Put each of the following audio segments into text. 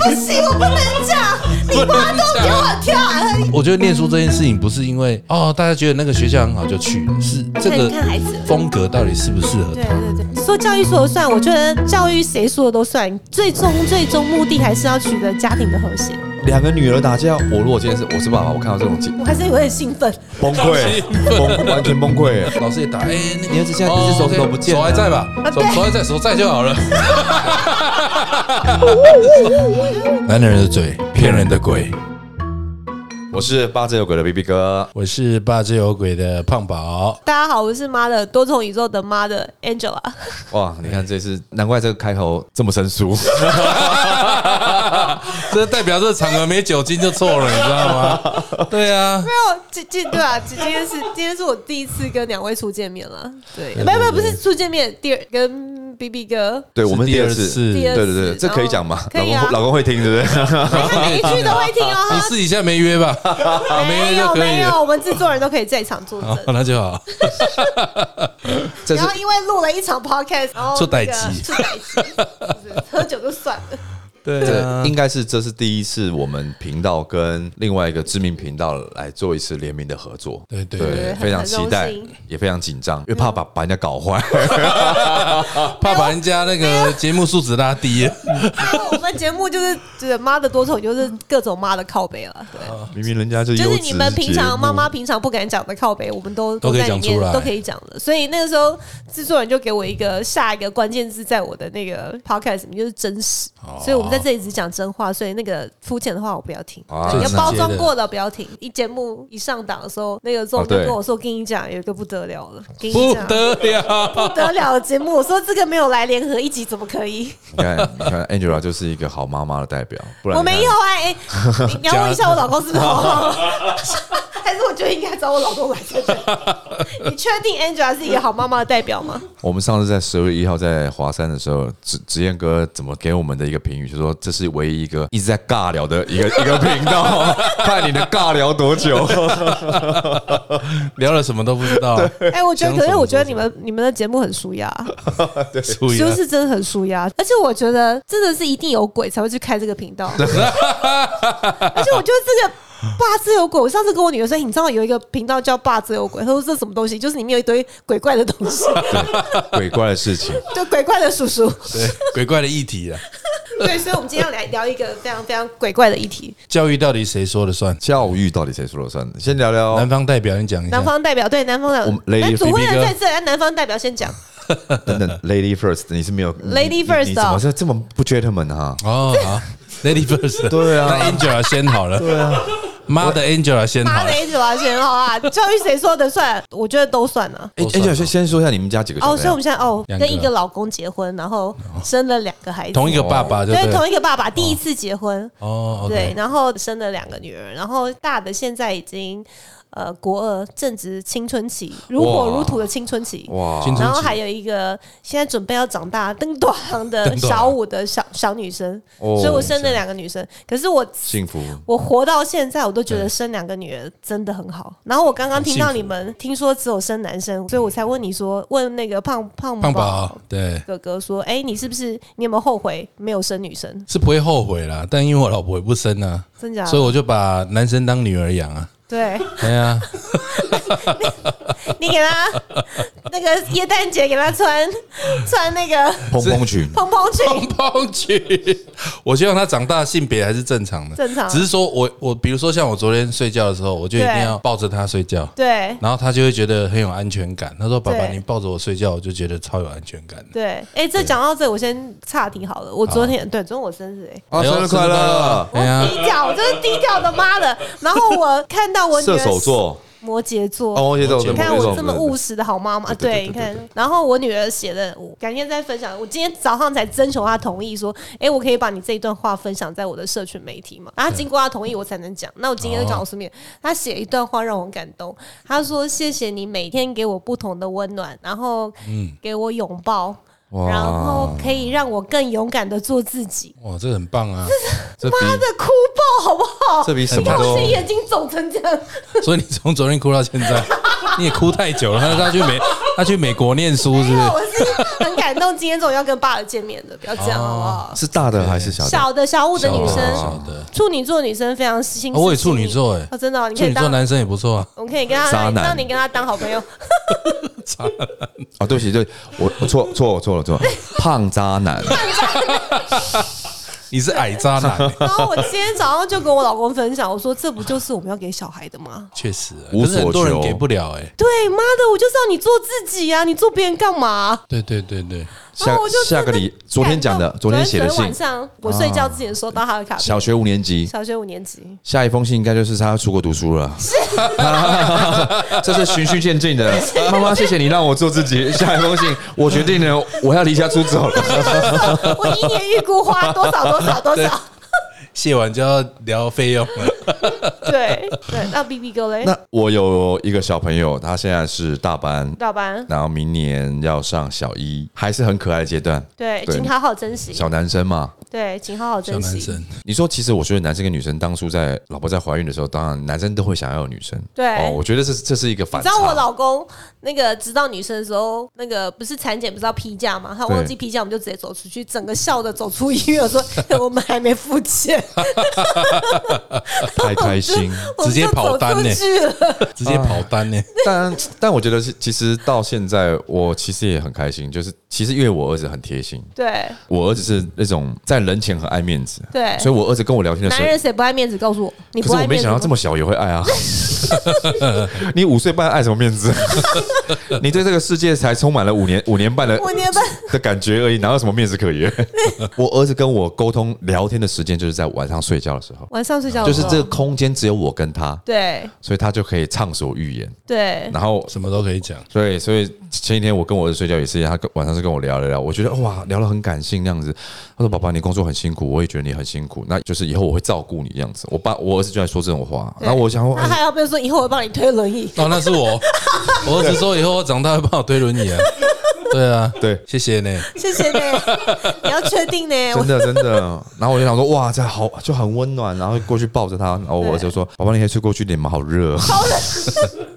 不行，我不能讲，你妈都给我跳而已。我觉得念书这件事情不是因为哦，大家觉得那个学校很好就去了，是这看个看孩子风格到底适不适合对他。对对，说教育说了算，我觉得教育谁说的都算，最终最终目的还是要取得家庭的和谐。两个女儿打架，我如果今天是我是爸爸，我看到这种 景我还是有点兴奋，崩溃，崩完全崩溃。老师也打，哎、那个哦你儿子现在一只手指头不见了手还在吧？手啊对手还在，手在就好 了。男人的嘴，骗人的鬼。我是八字有鬼的 B B 哥，我是八只有鬼的胖宝，大家好，我是妈的多重宇宙的妈的 Angela。哇，你看这次难怪这个开头这么生疏，这代表这场合没酒精就错了，你知道吗？对啊，没有，今今对啊，今今天是今天是我第一次跟两位初见面了。对，没有没有，不是初见面，第二跟 B B 哥，对我们第二是次，第对二对次对，这可以讲吗？可以老啊公老公会听，对不 对？他每一句都会听你哦。私底下没约吧？哈没没约就有可没以有，了。我们制作人都可以在场作好证，。哦那就好。这然是后因为录了一场 podcast，然后出那代个志出代志，就是喝酒就算了。对啊这应该是这是第一次我们频道跟另外一个知名频道来做一次联名的合作，对对对对，非常很期待荣幸，也非常紧张，因为怕把把人家搞坏。怕把人家那个节目素质拉低。那我们节目就是就是妈的多重，就是各种妈的靠背了。对，明明人家就就是你们平常妈妈平常不敢讲的靠背，我们都都可以在里讲出来面都可以讲的。所以那个时候制作人就给我一个下一个关键字，在我的那个 podcast 里面就是真实哦。所以我们在这里只讲真话，所以那个肤浅的话我不要听。啊对要最包直接装的过的不要听，一节目一上档的时候，那个作者哦对跟我说：“我跟你讲，有一个不得了了，跟你不讲得了，不得了的节目。”我说：“这个没有来联合一集怎么可以？”你看，你看，Angela 就是一个好妈妈的代表，不然我你看没有哎、 哎，你你要问一下我老公是不是好好吗？还是我觉得应该找我老公来这 个？你确定 Angela 是一个好妈妈的代表吗？我们上次在十月一号在华山的时候，直直彦哥怎么给我们的一个评语，就说这是唯一一个一直在尬聊的一个一个频道， 看你能尬聊多久。 聊了什么都不知道。哎、我觉想得，可什是么我觉得你们你们的节目很舒 压，注意啊就是真的很舒压，而且我觉得真的是一定有鬼才会去开这个频 道，而且我觉得这个。霸自有鬼，我上次跟我女儿说，哎你知道有一个频道叫“霸自有鬼”，她说这什么东西？就是里面有一堆鬼怪的东 西，鬼怪的事情，就鬼怪的叔叔。对， 鬼怪的议题啊，对，所以我们今天要来聊一个非常非常鬼怪的议题。教育到底谁说了算？教育到底谁说了算？先聊聊哦南方代表，你讲一下南。方代表对南方我们的， Lady 男主会 Phoebe 人哥在这，南方代表 先讲。等等，Lady First，你是没有 Lady 你你 first 哦你怎么是这么不 gentleman 啊哈？哦，好，Lady First，对啊那 Angela 先好了，对啊，妈的 Angela 先妈好的了， ，Angela 先好 啊，教育谁说的算？我觉得都算啊。哎都哎，算先先说一下你们家几个小哦，所以我朋友们？现在哦，两个跟一个老公结婚，然后生了两个孩子，同一个爸爸就对对同了，一个爸爸，第一次结婚，哦对， ，OK，然后生了两个女儿，然后大的现在已经呃国二，正值青春期，如火哇如荼的青春期。哇青春期然后还有一个现在准备要长大登短行的登短小五的小小女生，哦所以我生了两个女生。可是我幸福我活到现在，我都觉得生两个女儿真的很好。然后我刚刚听到你们听说只有生男生，所以我才问你说，问那个胖胖胖宝宝，对，哥哥说，哎、你是不是你有没有后悔没有生女生？是不会后悔啦，但因为我老婆也不生啊，真假的所以我就把男生当女儿养啊，对 哎呀，你给他那个耶诞节给他穿 穿那个蓬蓬裙，蓬蓬裙，碰去， 我希望他长大性别还是正常的，正常只是说我我比如说像我昨天睡觉的时候，我就一定对要抱着他睡觉，对然后他就会觉得很有安全感。他说：“爸爸，对你抱着我睡觉，我就觉得超有安全感。对。哎、这讲到这，我先岔题好了。我昨天对，昨天我生日哎、啊，哎呦生日快乐！哎呀，低调，我真是低调的妈的。然后我看到我女射儿手座，摩羯座，哦，我觉得我你你看我这么务实，实的好妈妈，对对，对你对对看。然后我女儿写的，我改天再分享。我今天早上才征求她同意，说，哎，我可以把你这一段话分享在我的社群媒体嘛？然后她经过她同意，我才能讲。那我今天就讲我顺便，嗯她写一段话让我很感动。她说：“谢谢你每天给我不同的温暖，然后给我拥抱，嗯哇然后可以让我更勇敢的做自己。”哇，这很棒 啊！这比妈的，哭爆好不好？这比哦什你么看我都现在眼睛肿成这样。所以你从昨天哭到现在，你也哭太久了。他他去美他去美国念书是不是没哦有，？我是很感动，今天终于要跟爸儿见面了，不要这哦样好不好？是大的还是小的？小的小五的女生，哦好的，处女座女生非常心思细腻、哦我也处女座哎哦，真的哦、你处可以女座当，男生也不错啊。我可以跟他，渣男让你跟他当好朋友。 哦，对不起，对不起，我我错错我错了错了，胖渣男，你是矮渣男，欸然后我今天早上就跟我老公分享，我说这不就是我们要给小孩的吗？确实啊，无可是很所多人求给不了哎。对，妈的，我就是要你做自己啊，你做别人干嘛？对对对对，下然后我就下个礼昨天讲的，昨天写的信啊晚，上我睡觉之前收到他的卡片，小学五年级，小学五年级。下一封信应该就是他要出国读书了， 这是循序渐进的。妈妈，谢谢你让我做自己。下一封信，我决定了，我要离家出走了。 我一年预估花多少多少多少。谢完就要聊费用 了。对对，那 B B 哥嘞？那我有一个小朋友，他现在是大班，老板，然后明年要上小一，还是很可爱的阶段，对，对请好好珍惜。小男生嘛。对，请好好小珍男惜。生，你说，其实我觉得男生跟女生当初在老婆在怀孕的时候，当然男生都会想要有女生。对哦，我觉得这是这是一个你反知差。道我老公那个知道女生的时候，那个不是产检不是要批假吗？他忘记批假，我们就直接走出去，整个笑的走出医院， 我说哎我们还没付钱， 太开心，我直们接就跑走单出呢去了。直接跑单呢。哦但但我觉得是，其实到现在我其实也很开心，就是其实因为我儿子很贴心，对我儿子是那种在人前很爱面子，对所以我儿子跟我聊天的时男候，人谁不爱面子？告诉我，你可不是爱我没面子想吗到这么小也会爱啊， 你五岁半爱什么面子？ 你对这个世界才充满了五年五年半的五年半的感觉而已，哪有什么面子可 言？我儿子跟我沟通聊天的时间就是在晚上睡觉的时候，晚上睡觉的就是时候这个空间只有我跟他， 对所以他就可以畅所欲言，对然后什么都可以讲，所以，所以前几天我跟我儿子睡觉也是一样，他跟晚上是跟我聊了聊，我觉得哇，聊得很感性那样子。他说：“爸爸，你工作很辛苦，我也觉得你很辛苦，那就是以后我会照顾你这样子。”我爸，我儿子居然说这种话，对然后我想说，那哎还要不要说以后我帮你推轮椅？哦，那是 我，我儿子说以后我长大会帮我推轮椅啊。对啊，对谢谢呢。谢谢呢， 你要确定呢，我真的真的，然后我就想说，哇，这好就很温暖，啊然后过去抱着他，啊然后我儿子就说：“爸爸，你可以睡过去一点吗？好 热。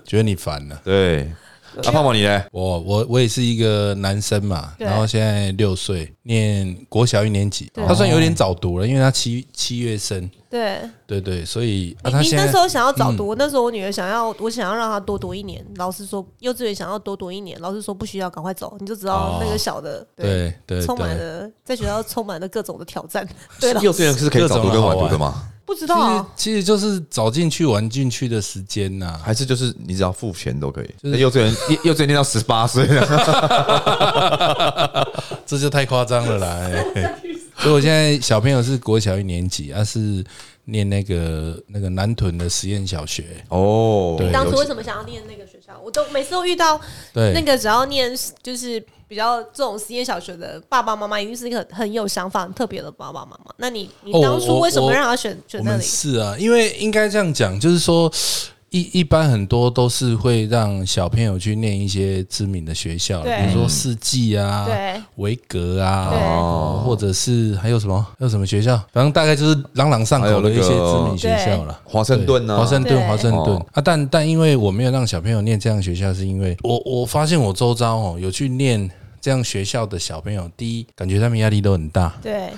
觉得你烦了”。对，啊，胖胖你嘞？我我我也是一个男生嘛，对然后现在六岁，念国小一年级，对他算有点早读了，因为他七七月生，对。对对，所以啊，他你你现那时在候想要早读，那时候我女儿想要，我想要让她多读一年。老师说幼稚园想要多读一年，老师说不需要，赶快走。你就知道哦那个小的，对对充满对，了在学校充满了各种的挑 战。对了，幼稚园是可以早读跟晚读的吗？不知其道实啊其实就是早进去玩进去的时间呐，还是就是你只要付钱都可以？哎就是幼稚园幼稚园念到十八 岁了，这就太夸张了 啦。嘿嘿所以我现在小朋友是国小一年级，他是念那个那个南屯的实验小学，哦，对当初有为什么想要念那个学校，我都每次都遇到对，那个只要念就是比较这种实验小学的爸爸妈妈，一定是一个很很有想法、很特别的爸爸妈妈。那你你哦当初我为什么我让他选选我那们里？是啊，因为应该这样讲，就是说一一般很多都是会让小朋友去念一些知名的学校，比对如说世纪啊、对维格啊对。哦或者是还有什么？还有什么学校？反正大概就是朗朗上口的一些还有那个知名学校了。华盛顿啊呢？华盛顿，对华盛顿哦啊，但但因为我没有让小朋友念这样学校，是因为我我发现我周遭哦有去念这样学校的小朋友，第一感觉他们压力都很大对，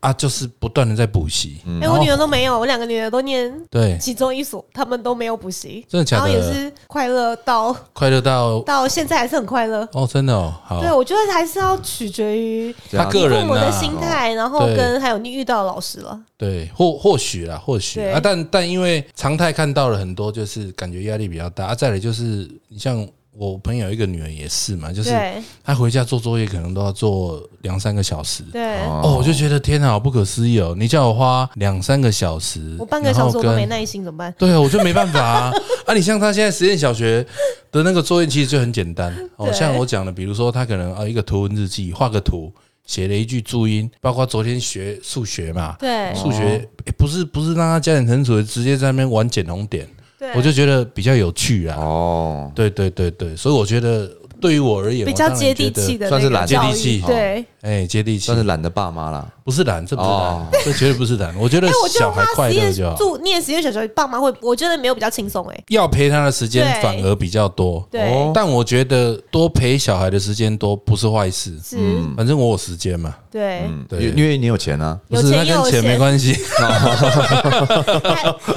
啊，就是不断的在补习，嗯哎、然我后女儿都没有，我两个女儿都念对其中一所，他们都没有补习，真的假的然后也是快乐到快乐到到现在还是很快乐。哦，真的哦，好对，，我觉得还是要取决于对啊他个人父母的啊心态，然后对跟还有你遇到的老师了。对，或或许啦，或许对啊，但但因为常态看到了很多，就是感觉压力比较大。啊、再来就是，你像我朋友一个女儿也是嘛，就是对她回家做作业可能都要做两三个小时。对，哦，我就觉得天啊，好不可思议哦！你叫我花两三个小时，我半个小时然我都后没跟耐心，怎么办？对啊，我就没办法啊！ 啊，你像他现在实验小学的那个作业，其实就很简单哦。对像我讲的，比如说他可能啊一个图文日记，画个图，写了一句注音，包括昨天学数学嘛，对数学、诶不是不是让他加减乘除，直接在那边玩减红点，对，我就觉得比较有趣啊。哦，对对对对，所以我觉得对于我而言，比较我当然接觉地得气的那个教育，算是懒接地气对哎、哎，接地气算，是懒得爸妈啦。不是懒，这不是哦懒，这绝对不是懒。我觉得哎，我觉小得孩花快实乐验就好，住念实验小学，爸妈会，我觉得没有比较轻松哎。要陪他的时间对反而比较多。对，哦但我觉得多陪小孩的时间多不是坏事，是，反正我有时间嘛。对，嗯，对因因为你有钱啊，不有是，那钱跟又有钱没闲， 关系。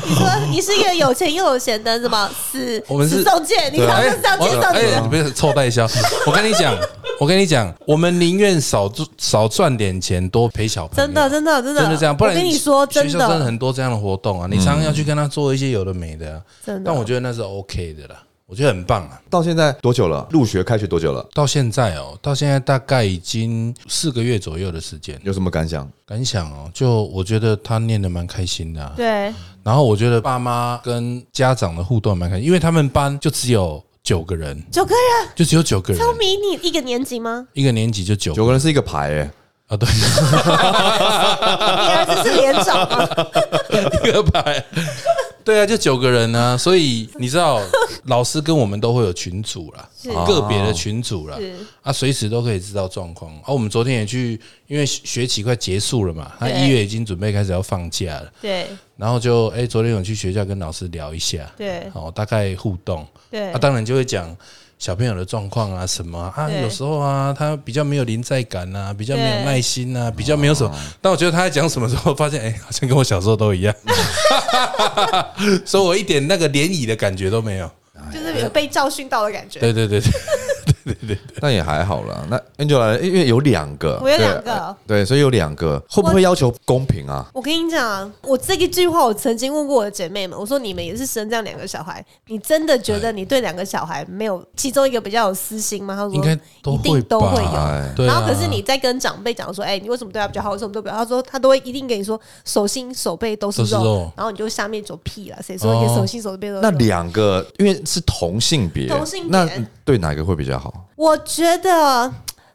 你说你是一个有钱又有闲的什么死我们是死中介？你对刚啊刚哎是上介我绍哎，你不是臭代销。我跟你讲，我跟你讲，我们宁愿少赚少赚点钱，多陪小朋友。真的真的真的真的这样，不然我跟你说，学真校真的的很多这样的活动啊，你常常要去跟他做一些有的没的啊。真的但我觉得那是 OK 的啦，我觉得很棒啊。到现在多久了？入学开学多久了？到现在哦，到现在大概已经四个月左右的时间，有什么感想？感想哦，就我觉得他念的蛮开心的啊、对然后我觉得爸妈跟家长的互动蛮开心，因为他们班就只有九个人，九个人就只有九个人，啊超迷你一个年 级吗？一个年级就九九个人是一个排诶，啊，对， 你儿子是连长吗？一个排。对啊，就九个人呢、所以你知道，老师跟我们都会有群组啦是，个别的群组啦，是啊，随时都可以知道状况。啊，我们昨天也去，因为学期快结束了嘛，他对一月已经准备开始要放假了，对然后就哎、昨天有去学校跟老师聊一下，对哦，大概互动，对啊，当然就会讲小朋友的状况啊，什么啊啊，对有时候啊，他比较没有临在感啊，比较没有对耐心啊，比较没有什么。但我觉得他在讲什么时候，发现哎、好像跟我小时候都一样， 所以我一点那个涟漪的感觉都没有。就是有被教训到的感觉。对对对对，但也还好啦。那 Angela 因为有两个，我有对两个，对，所以有两个，会不会要求公平啊？我跟你讲啊，我这一句话我曾经问过我的姐妹们，我说你们也是生这样两个小孩，你真的觉哎得你对两个小孩没有其中一个比较有私心吗？她说应该都一会定都会有。吧。哎，对啊然后可是你在跟长辈讲说，哎、你为什么对他比较好，为什么对我比较好？他说他都会一定给你说手心手背都是都是肉，肉哦然后你就下面就屁了，谁说你的手心手背都是肉？那啊两个因为是同性别，同性别那对哪个会比较好？我觉得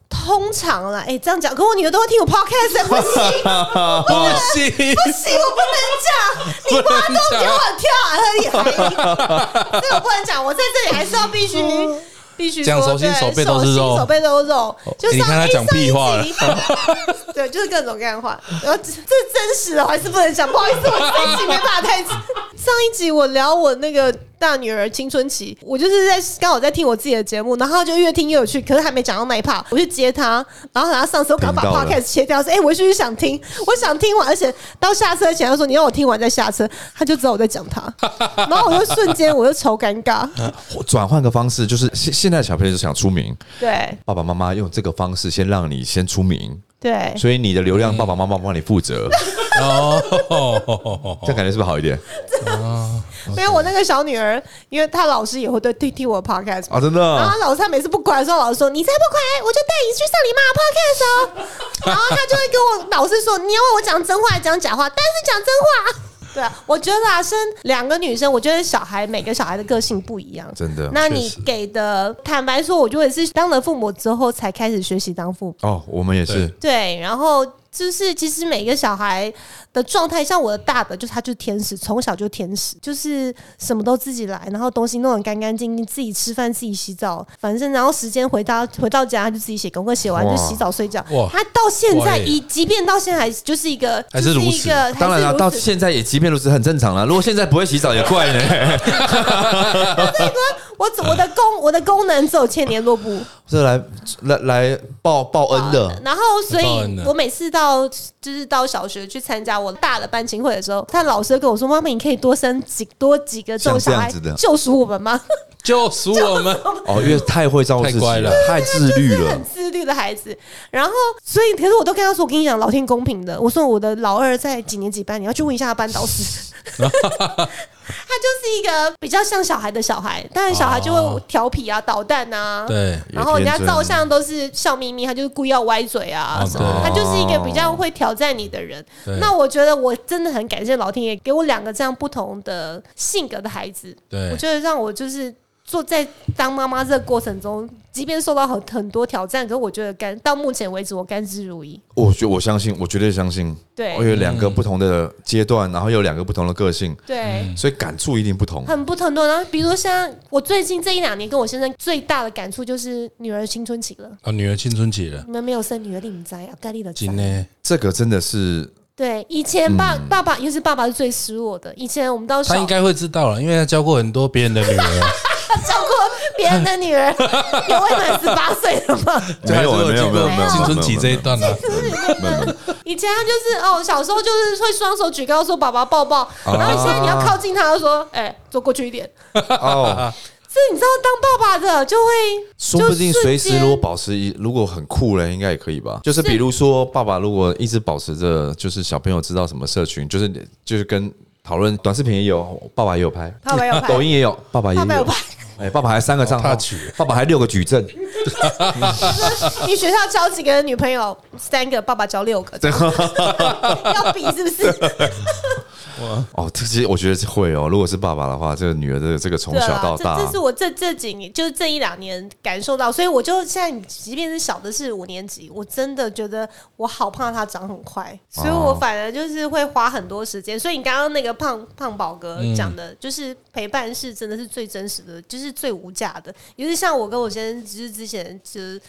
通常啦，哎、这样讲，可我女儿都会听我 podcast，不行哎不行， 不行，我不能讲，不能给讲我。跳啊，合理合理， 这我不能讲，我在这里还是要必须。必须说讲手心对手背都是肉哎手心手背都是肉，就你上看他哎讲屁话上一集 对，就是各种各样的话。然后这这真实的，我还是不能讲，不好意思，我这一集没办法太。上一集我聊我那个大女儿青春期，我就是在刚好在听我自己的节目，然后她就越听越有趣，可是还没讲到那一 part，我去接她，然后她上次我赶快把听到了 podcast 切掉，说：“哎、我继续想听，我想听完，而且到下车前，他说你让我听完再下车，他就知道我在讲他，然后我就瞬间我就超尴尬，转换个方式，就是现现在小朋友就想出名，对爸爸妈妈用这个方式先让你先出名，对，所以你的流量爸爸妈妈帮你负责， 哦，这样感觉是不是好一点因为我那个小女儿，因为她老师也会对听听我的 podcast 嘛。啊？真然后她的老师她每次不乖的时候，老师说：“你再不乖，我就带你去上你妈的 podcast 哦。” 然后她就会跟我老师说：“你要问我讲真话还是讲假话？但是讲真话。”对啊，我觉得啊，生两个女生，我觉得小孩每个小孩的个性不一样，真的那确你实给的，坦白说，我觉得也是当了父母之后才开始学习当父母。哦，我们也是对，对，然后就是其实每个小孩的状态，像我的大的，就是他就是天使，从小就天使，就是什么都自己来，然后东西弄得干干净净，自己吃饭，自己洗澡，反正然后时间回到回到家他就自己写功课，写完就哇洗澡睡觉哇。他到现哇在，耶以即便到现在还是就是一个，还就是如一此个，当还然啦，是到如 此现在也即便如此很正常啦。如果现在不会洗澡也怪 呢，我只我的功我的功能只有千年落布。这来来来报报恩的，然后，所报恩以的我每次到就是到小学去参加我大的班亲会的时候，他老师跟我说：“妈妈，你可以多生几多几个这种小像这孩样子的，救赎我们吗？” 救赎我们！哦，因为太会照顾自己太乖了了，太自律就是了很。自律的孩子。然后，所以可是我都跟他说：“我跟你讲，老天公平的。”我说：“我的老二在几年几班，你要去问一下他班导师。” 他就是一个比较像小孩的小孩，但是小孩就哦会调皮啊、捣蛋啊，对， 然后人家也天真照相都是笑眯眯，他就是故意要歪嘴啊哦什么的，对他就是一个比较会挑战你的人对。那我觉得我真的很感谢老天爷给我两个这样不同的性格的孩子，对我觉得让我就是做在当妈妈这个过程中，即便受到很很多挑战，可我觉得甘到目前为止我甘之如饴。我觉我相信，我绝对相信，对我有两个不同的阶段，然后有两个不同的个性，对，嗯所以感触一定不同。很不疼痛。然后比如说像我最近这一两年跟我先生最大的感触就是女儿青春期了，啊，女儿青春期了，你们没有生女儿，你们栽啊，该立的栽今。天这个真的 是对，以前爸、嗯爸爸，尤其是爸爸是最失落的。以前我们到小她应该会知道了，因为她教过很多别人的女儿。啊照顾别人的女儿， 有未满十八岁的吗？ 没有没有没有没有青春期这一段啊呢、以前他就是哦，小时候就是会双手举高说“爸爸抱抱”，然后现在你要靠近他，就说“哎、坐过去一点哦，”。这你知道，当爸爸的就会说不定随时如果保持一如果很酷了，应该也可以吧。就是比如说，爸爸如果一直保持着，就是小朋友知道什么社群，就是 就是跟讨论短视频也有，爸爸也有拍， 爸爸有拍抖音也有，爸爸也爸爸有有拍。哎，爸爸还三个账号好 touch，爸爸还六个矩阵，你学校交几个女朋友，三个，爸爸交六个， 要比是不是？哦，这些我觉得是会哦。如果是爸爸的话，这个女儿的这个从对小啊，到大这，这是我这这几年，就是这一两年感受到，所以我就现在，你即便是小的是五年级，我真的觉得我好怕它长很快，所以哦我反而就是会花很多时间。所以你刚刚那个胖胖宝哥嗯讲的，就是陪伴是真的是最真实的，就是最无价的。尤其像我跟我先生，就是之前就是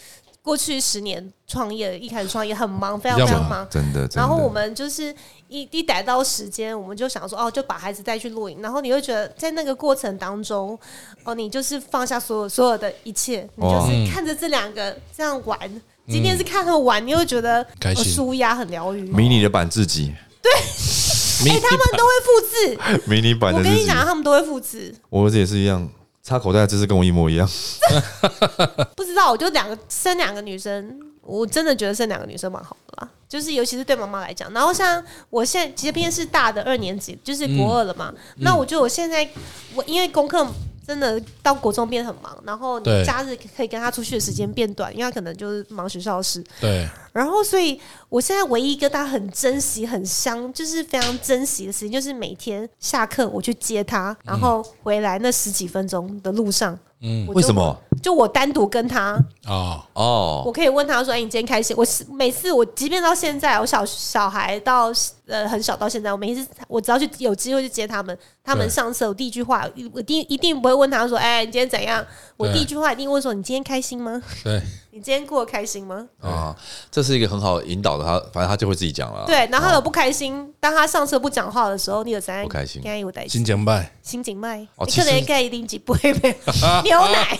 过去十年创业，一开始创业很忙，非常比非较常忙忙，真的，真啊的然后我们就是一一逮到时间，我们就想说哦，就把孩子带去露营。然后你会觉得在那个过程当中，哦，你就是放下所有所有的一切，你就哇是看着这两个这样玩。嗯今天是看他们玩，你会觉得开心呃舒压很疗愈。迷你的版自己，迷哎，他们都会复制。迷你版我的跟自你己，讲，他们都会复制。我儿子也是一样，插口袋的姿势跟我一模一样。不知道，我就两个生两个女生，我真的觉得生两个女生蛮好的啦。就是尤其是对妈妈来讲，然后像我现在即便是大的二年级，就是国二了嘛，那我觉得我现在我因为功课真的到国中变很忙，然后对你假日可以跟他出去的时间变短，因为他可能就是忙学校的事，对，然后，所以我现在唯一跟他很珍惜、很相，就是非常珍惜的事情，就是每天下课我去接他，然后回来那十几分钟的路上，嗯，为什么？就我单独跟他，哦，哦，我可以问他说：“哎、你今天开心？”我是每次我即便到现在，我小小孩到呃很小到现在，我每次我只要去有机会去接他们，他们对上车，我第一句话我一定一定不会问他说：“哎、你今天怎样？”我对第一句话一定问说：“你今天开心吗？对，你今天过得开心吗？”啊，这是一个很好引导的，他反正他就会自己讲了。对，然后他有不开心，当他上车不讲话的时候，你有怎样？哦不开心应该有带金奖拜，心情脉，哦你其可能实应该一定几杯杯 牛 奶，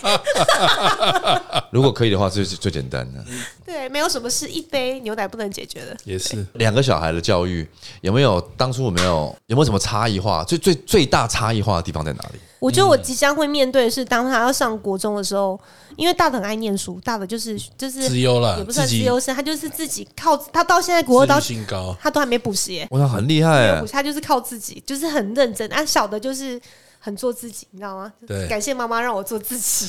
如果可以的话，这是最简单的。对，没有什么是一杯牛奶不能解决的。也是两个小孩的教育有没有当初有没有有没有什么差异化？最最最大差异化的地方在哪里？我觉得我嗯即将会面对的是，当他要上国中的时候，因为大的很爱念书，大的就是就是自优啦也不算自自己由生，他就是自己靠他到现在国二自到律性啊高，他都还没补习耶，哇，很厉害欸补习他就是靠自己，就是很认真。啊，小的就是很做自己，你知道吗？对感谢妈妈让我做 自己。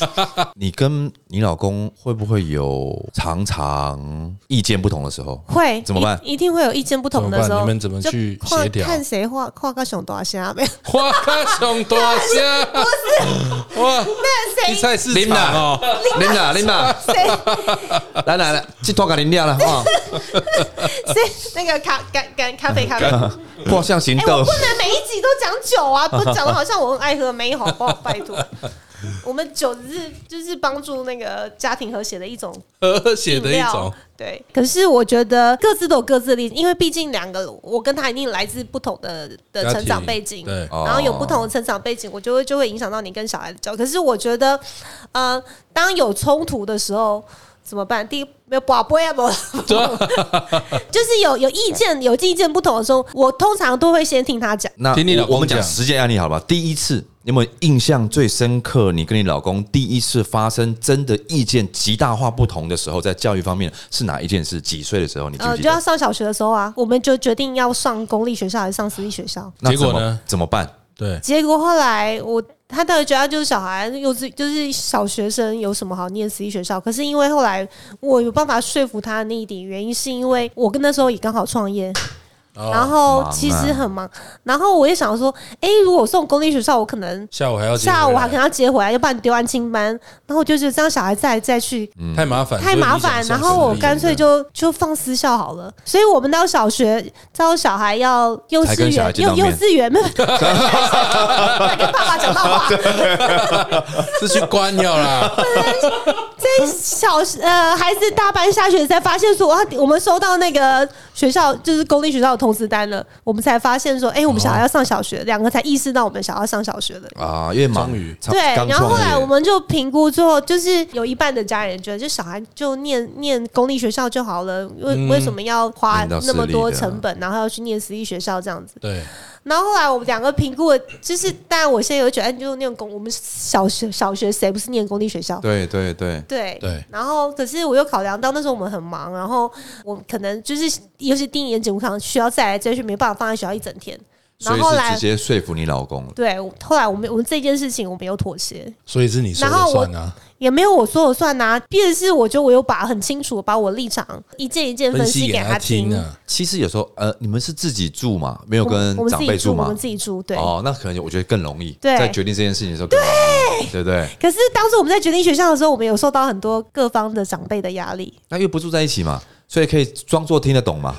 你跟你老公会不会有常常意见不同的时 候？会怎么办一？一定会有意见不同的时怎么办你候，们怎么去就跨协调看谁画画个熊大虾 没有？花卡上多虾，哇，那你谁谁菜市场哦，琳达，琳达，来来来，去拖给琳达了 哇！谁那个咖咖咖咖啡咖啡。哎，画象行我动不，能每一集都讲酒啊，不讲的好像我很爱喝没有好不好？拜托，我们酒只是就是帮助那个家庭和谐的一种和谐的一种，对，可是我觉得各自都有各自的例子，因为毕竟两个我跟他一定来自不同的的家成长庭背景，对然后有不同的成长背景，我就会就会影响到你跟小孩的交流。可是我觉得，呃，当有冲突的时候怎么办？第一，没有宝贝 啊，不，就是有有意见有意见不同的时候，我通常都会先听他讲。那听你老公我们讲讲实际案例好了吧？第一次有没有印象最深刻？你跟你老公第一次发生真的意见极大化不同的时候，在教育方面是哪一件事？几岁的时候？你记不呃，记就要得？上小学的时候啊，我们就决定要上公立学校还是上私立学校。那结果怎么呢？怎么办？对，结果后来我他当然觉得他就是小孩，幼稚就是小学生有什么好念私立学校？可是因为后来我有办法说服他的那一点原因，是因为我跟那时候也刚好创业，哦然后忙其实啊很忙。然后我也想说，哎，如果送公立学校，我可能下午还要接下午回来还可能要接回来，要不然丢安亲班。然后我就觉得这样小孩再再去嗯太麻烦，太麻烦，然后我干脆就就放私校好了。所以我们到小学，到小孩要幼才稚跟小孩园，见幼到幼面稚园，没有在跟爸爸讲到 话。是去关掉啦。这小呃孩子大班下学才发现说，啊，我们收到那个学校就是公立学校的通知单了，我们才发现说，哎、我们哦小孩要上小学，两个才意识到我们小孩要上小学了。啊，因为忙终于，差对，刚然后后创来业我们就评估之后，就是有一半的家人觉得，就小孩就念念公立学校就好了，为、为什么要花念到那么私立多的啊成本，然后要去念私立学校这样子？对，然后后来我们两个评估了，就是，但我现在有觉得，哎就念公，我们小学小学谁不是念公立学校？对对对，对对然后可是我又考量到那时候我们很忙，然后我可能就是尤其第一年检务堂需要再来再去，没办法放在学校一整天。然所以后后是来直接说服你老公了。对，后来我们我们这件事情我没有妥协，所以是你说然了后我算啊。也没有我说了算呐、啊。毕竟是我觉得我有把很清楚把我立场一件一件分析给给他听。啊，其实有时候，呃，你们是自己住嘛，没有我们跟我们自长己辈住，我嘛们？自己住，对。哦，那可能我觉得更容易，对在决定这件事情的时候更容易，对不对？可是当时我们在决定学校的时候，我们有受到很多各方的长辈的压力。 那因为不住在一起嘛，所以可以装作听得懂嘛。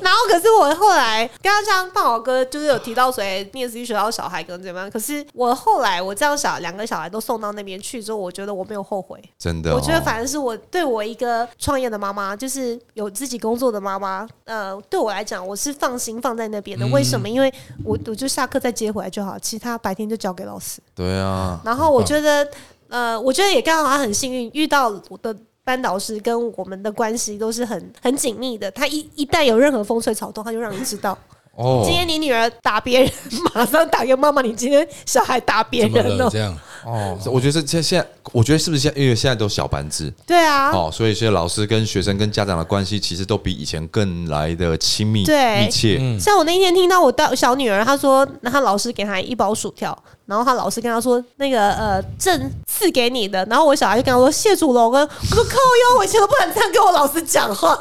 然后可是我后来刚刚像胖宝哥就是有提到说，哎，念私立学校小孩可能怎么样？可是我后来我这样小两个小孩都送到那边去之后，我觉得我没有后悔。真啊的、哦，我觉得反正是我对我一个创业的妈妈，就是有自己工作的妈妈，呃，对我来讲我是放心放在那边嗯的。为什么？因为我我就下课再接回来就好，其他白天就交给老师。对啊，然后我觉嗯得，呃，我觉得也刚好很幸运遇到我的。班导师跟我们的关系都是很很紧密的，他一一旦有任何风吹草动，他就让你知道。哦今天你女儿打别人， 马上打给妈妈，你今天小孩打别怎么人了了这。样？哦，我觉得这现现在，我觉得是不是现在因为现在都小班制，对啊，哦，所以现在老师跟学生跟家长的关系其实都比以前更来的亲密对密切。像我那天听到我到小女儿，她说，那她老师给她一包薯条，然后她老师跟她说，那个呃朕赐给你的，然后我小孩就跟她说谢主隆恩，我说靠哟，我以前都不敢这样跟我老师讲话，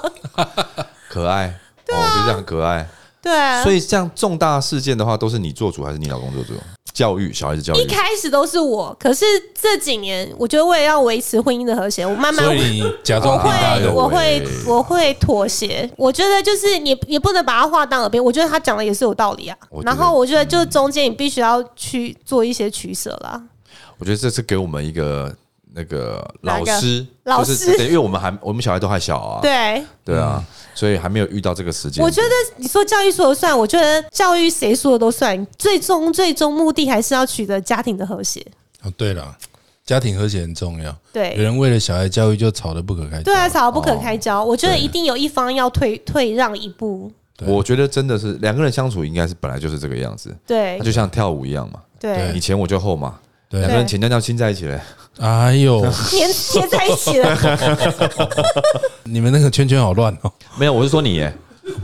可爱，哦，啊我觉得这样很可爱。 对啊，所以像重大事件的话，都是你做主还是你老公做主？教育小孩子教一育，开始都是我，可是这几年我觉得为了要维持婚姻的和谐，我慢慢所以你假装我听到会，呦有我会喂，我会妥协。我觉得就是你也不能把他话当耳边，我觉得他讲的也是有道理啊我。觉然得后我觉得就中间你必须要去做一些取舍啦。我觉得这是给我们一个那个哪老个师，老就师是对因为我们还我们小孩都还小啊，对，对啊，所以还没有遇到这个时间。我觉得你说教育说了算，我觉得教育谁说的都算，最终最终目的还是要取得家庭的和谐。哦，对了，家庭和谐很重要。有对。人为了小孩教育就吵得不可开交。对啊，吵得不可开哦交。我觉得对一定有一方要退退让一步。我觉得真的是两个人相处应该是本来就是这个样子，对那就像跳舞一样嘛，对，你前我就后嘛，对啊两个人前脚要亲在一起嘞。哎呦， 粘贴在一起了。你们那个圈圈好乱哦！没有，我是说你 耶，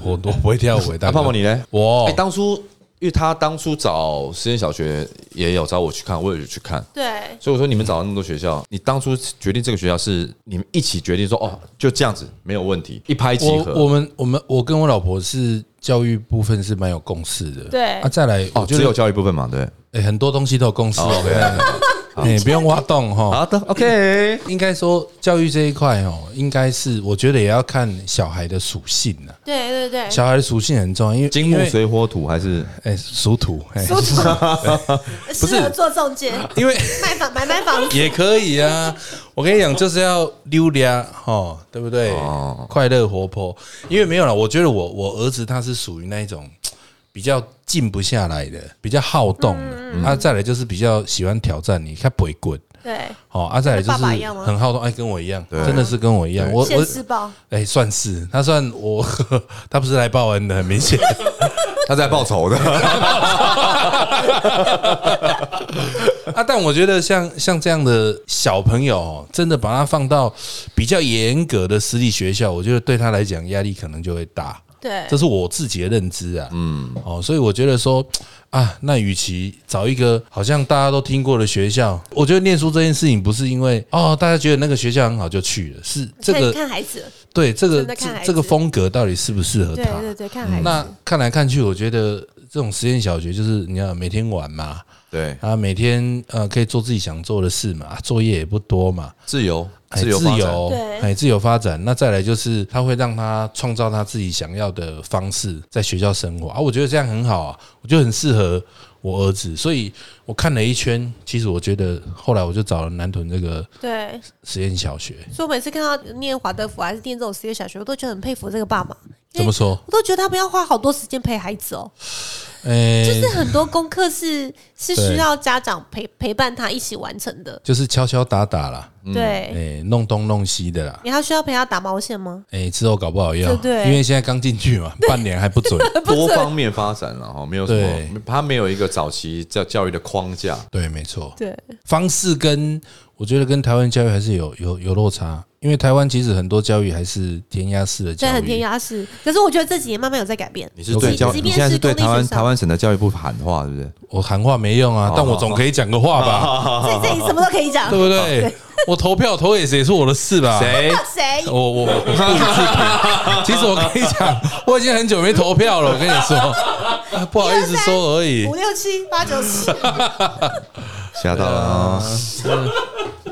我我不会跳舞，欸大哥那泡泡你嘞？ 我哎，当初因为他当初找实验小学也有找我去看，我也有去看。对，所以我说，你们找到那么多学校，你当初决定这个学校是你们一起决定说，哦，就这样子没有问题，一拍即我我合。们我们我跟我老婆是教育部分是蛮有共识的。对啊，再来我哦，觉只得有教育部分嘛，对。哎很多东西都有共识。哦，OK 哎，不用挖洞哈。好的，OK。应该说教育这一块哦，应该是我觉得也要看小孩的属性呐、对对对。小孩的属性很重要，因为金因木为水火土还 是哎属土，哎不适合做中介，因为卖房买卖房也可以啊。我跟你讲，就是要溜达哦，对不对？哦快乐活泼，因为没有了。我觉得我我儿子他是属于那一种比较静不下来的，比较好动的。嗯他、再来就是比较喜欢挑战你，他不会滚。对，哦，啊，再来就跟是爸爸一样吗啊很好动，哎，跟我一样，对真的是跟我一样。我现我世报，哎、算是他算我， 他不是来报恩的，很明显。他在报仇的？ 啊，但我觉得像像这样的小朋友、哦，真的把他放到比较严格的私立学校，我觉得对他来讲压力可能就会大。对这是我自己的认知啊。嗯，哦，所以我觉得说啊，那与其找一个好像大家都听过的学校，我觉得念书这件事情不是因为哦，大家觉得那个学校很好就去了，是这看个看孩子，对这个真的看这孩子这个风格到底适不适合对他？对对，看孩子。那看来看去，我觉得这种实验小学就是你要每天玩嘛，对，啊，每天呃可以做自己想做的事嘛，啊作业也不多嘛，自由，哎自由，自，由对，哎，自由发展。那再来就是，他会让他创造他自己想要的方式，在学校生活啊，我觉得这样很好啊，我觉得很适合我儿子。所以我看了一圈，其实我觉得后来我就找了南屯这个对，实验小学，所以我每次看到念华德福啊还是念这种实验小学，我都觉得很佩服这个爸妈。怎么说？我都觉得他们要花好多时间陪孩子哦，哎，就是很多功课 是是对需要家长陪陪伴他一起完成的。就是敲敲打打啦，嗯对，哎，弄东弄西的啦。你还需要陪他打毛线吗？哎、之后搞不好要，对因对为现在刚进去嘛，半年呃还不 准。多方面发展了哈，没有什对么，他没有一个早期教教育的框架，对，没错，对，方式跟我觉得跟台湾教育还是有有有落差，因为台湾其实很多教育还是填鸭式的虽教育，然很填鸭式，可是我觉得这几年慢慢有在改变。你是对即教，即你便现在是是对公立台湾学校台湾省的教育部喊话，是不是？我喊话没用啊，但我总可以讲个话哦吧，这这里什么都可以讲对，不对？我投票投给谁是我的事吧？？谁？谁我我我不予置评。其实我跟你讲，我已经很久没投票了，我跟你说，啊不好意思说而已五，六七八九十。吓到了啊！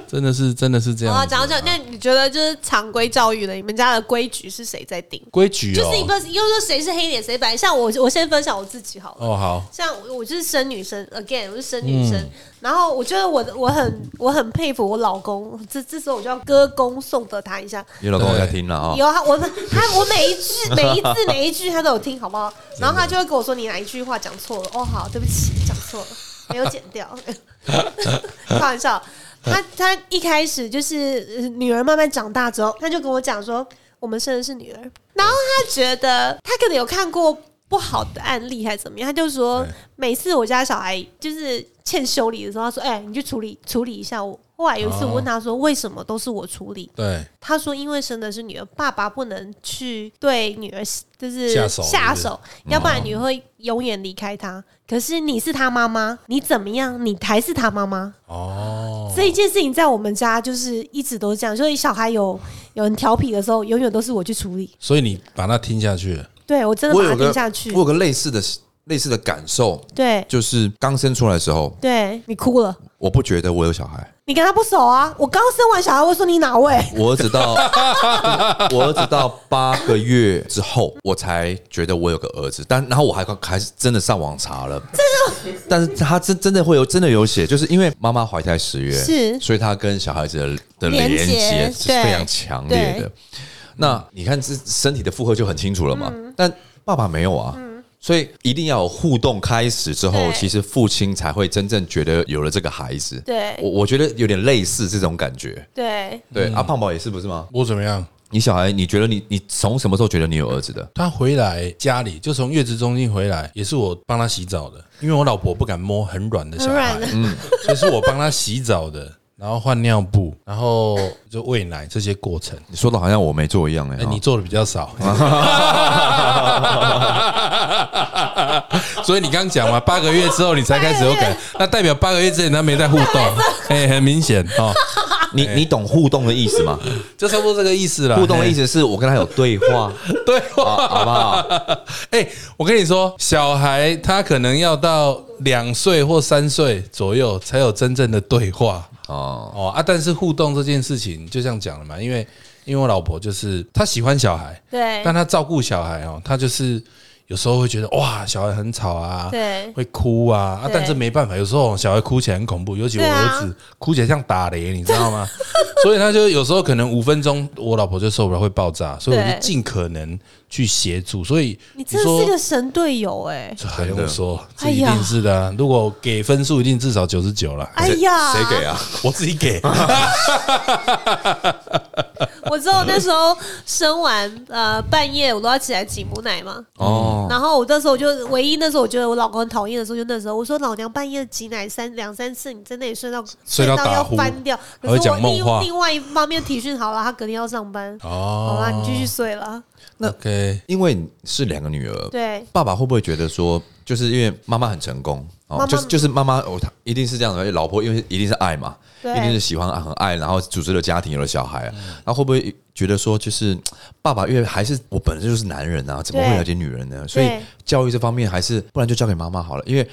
真的是真的是这好啊，样子。讲到这，那你觉得就是常规教育呢？你们家的规矩是谁在定？规矩就是你不哦，是又说谁是黑脸谁白？像我，我先分享我自己好了。哦好，像我我就是生女生，again 我是生女生，然后我觉得我我很我很佩服我老公，这这时候我就要歌功颂德他一下。你老公有在听了啊？有啊，我他我每一句每一字每一句他都有听，好不好？然后他就会跟我说你哪一句话讲错了，哦好，对不起，讲错了，没有剪掉， 开玩笑。他他一开始就是呃女儿慢慢长大之后，他就跟我讲说我们生的是女儿，然后他觉得他可能有看过不好的案例还是怎么样，他就说对每次我家小孩就是欠修理的时候，他说哎、你去处理处理一下我。后来有一次我问他说为什么都是我处理，对，他说，因为生的是女儿，爸爸不能去对女儿就是下手下是手要不然你会永远离开她。可是你是她妈妈，你怎么样，你还是她妈妈。哦，这一件事情在我们家就是一直都是这样，所以小孩有有人调皮的时候，永远都是我去处理。所以你把它听下去了，对我真的我把他有听个下去我。有个类似的类似的感受，对就是刚生出来的时候，对，你哭了，我不觉得我有小孩。你跟他不熟啊。我刚生完小孩，我说你哪位？我儿子到我儿子到 八个月之后，我才觉得我有个儿子，但然后我还还是真的上网查了，真的，但是他真真的会有真的有写，就是因为妈妈怀胎十月，是所以他跟小孩子的的连连结接是对非常强烈对的。那你看这身体的负荷就很清楚了嘛，嗯但爸爸没有啊。所以一定要有互动开始之后对，其实父亲才会真正觉得有了这个孩子。对我我觉得有点类似这种感觉。对，对，嗯阿、胖宝也是不是吗？我怎么样？你小孩，你觉得你你从什么时候觉得你有儿子的？他回来家里，就从月子中心回来，也是我帮他洗澡的，因为我老婆不敢摸很软的小很软孩的，，嗯所以是我帮他洗澡的，然后换尿布，然后就喂奶这些过程。你说的好像我没做一样哎、哎、哈你做的比较 少，所以你刚讲嘛，八个月之后你才开始有感，那代表八个月之前他没在 互动，哎、很明显哦，你你懂互动的意 思吗？就差不多这个意思了。互动的意思思是我跟他有对话，对啊 好不好？ 哎、我跟你说，小孩他可能要到两岁或三岁左右才有真正的对话哦，哦啊，但是互动这件事情，就像讲了嘛，因为因为我老婆就是她喜欢小孩，对但她照顾小孩哦，她就是有时候会觉得哇，小孩很吵啊，对会哭啊啊哎对，但是没办法，有时候小孩哭起来很恐怖，尤其我对啊儿子哭起来像打雷，你知道吗？ 所以他就有时候可能五分钟，我老婆就受不了会爆炸，所以我对就尽可能去协助，所以你真的说是个神队友哎、这还用说？这哎一呀定是的啊、如果给分数，一定至少九十 哎九了。哎呀，谁给啊？我自己给， 我之之后，那时候生完呃半夜我都要起来挤母奶嘛，嗯哦，然后我那时候我就唯一那时候我觉得我老公很讨厌的时候，就那时候我说老娘半夜挤奶三两三次，你在那里睡到睡到打要呼翻掉。还会可是我讲梦话另另外一方面体训好了，他隔天要上班， 好啦，哦你继续睡了。那 OK，因为你是两个女儿，对，爸爸会不会觉得说，就是因为妈妈很成功，妈哦，妈就是就是妈妈哦，她一定是这样的，老婆因为一定是爱嘛，对嗯一定是喜欢很爱，然后组织了家庭，有了小孩，啊那会不会觉得说，就是爸爸因为还是我本身就是男人啊，怎么会对了解女人呢？所以对教育这方面还是不然就交给妈妈好了，因为。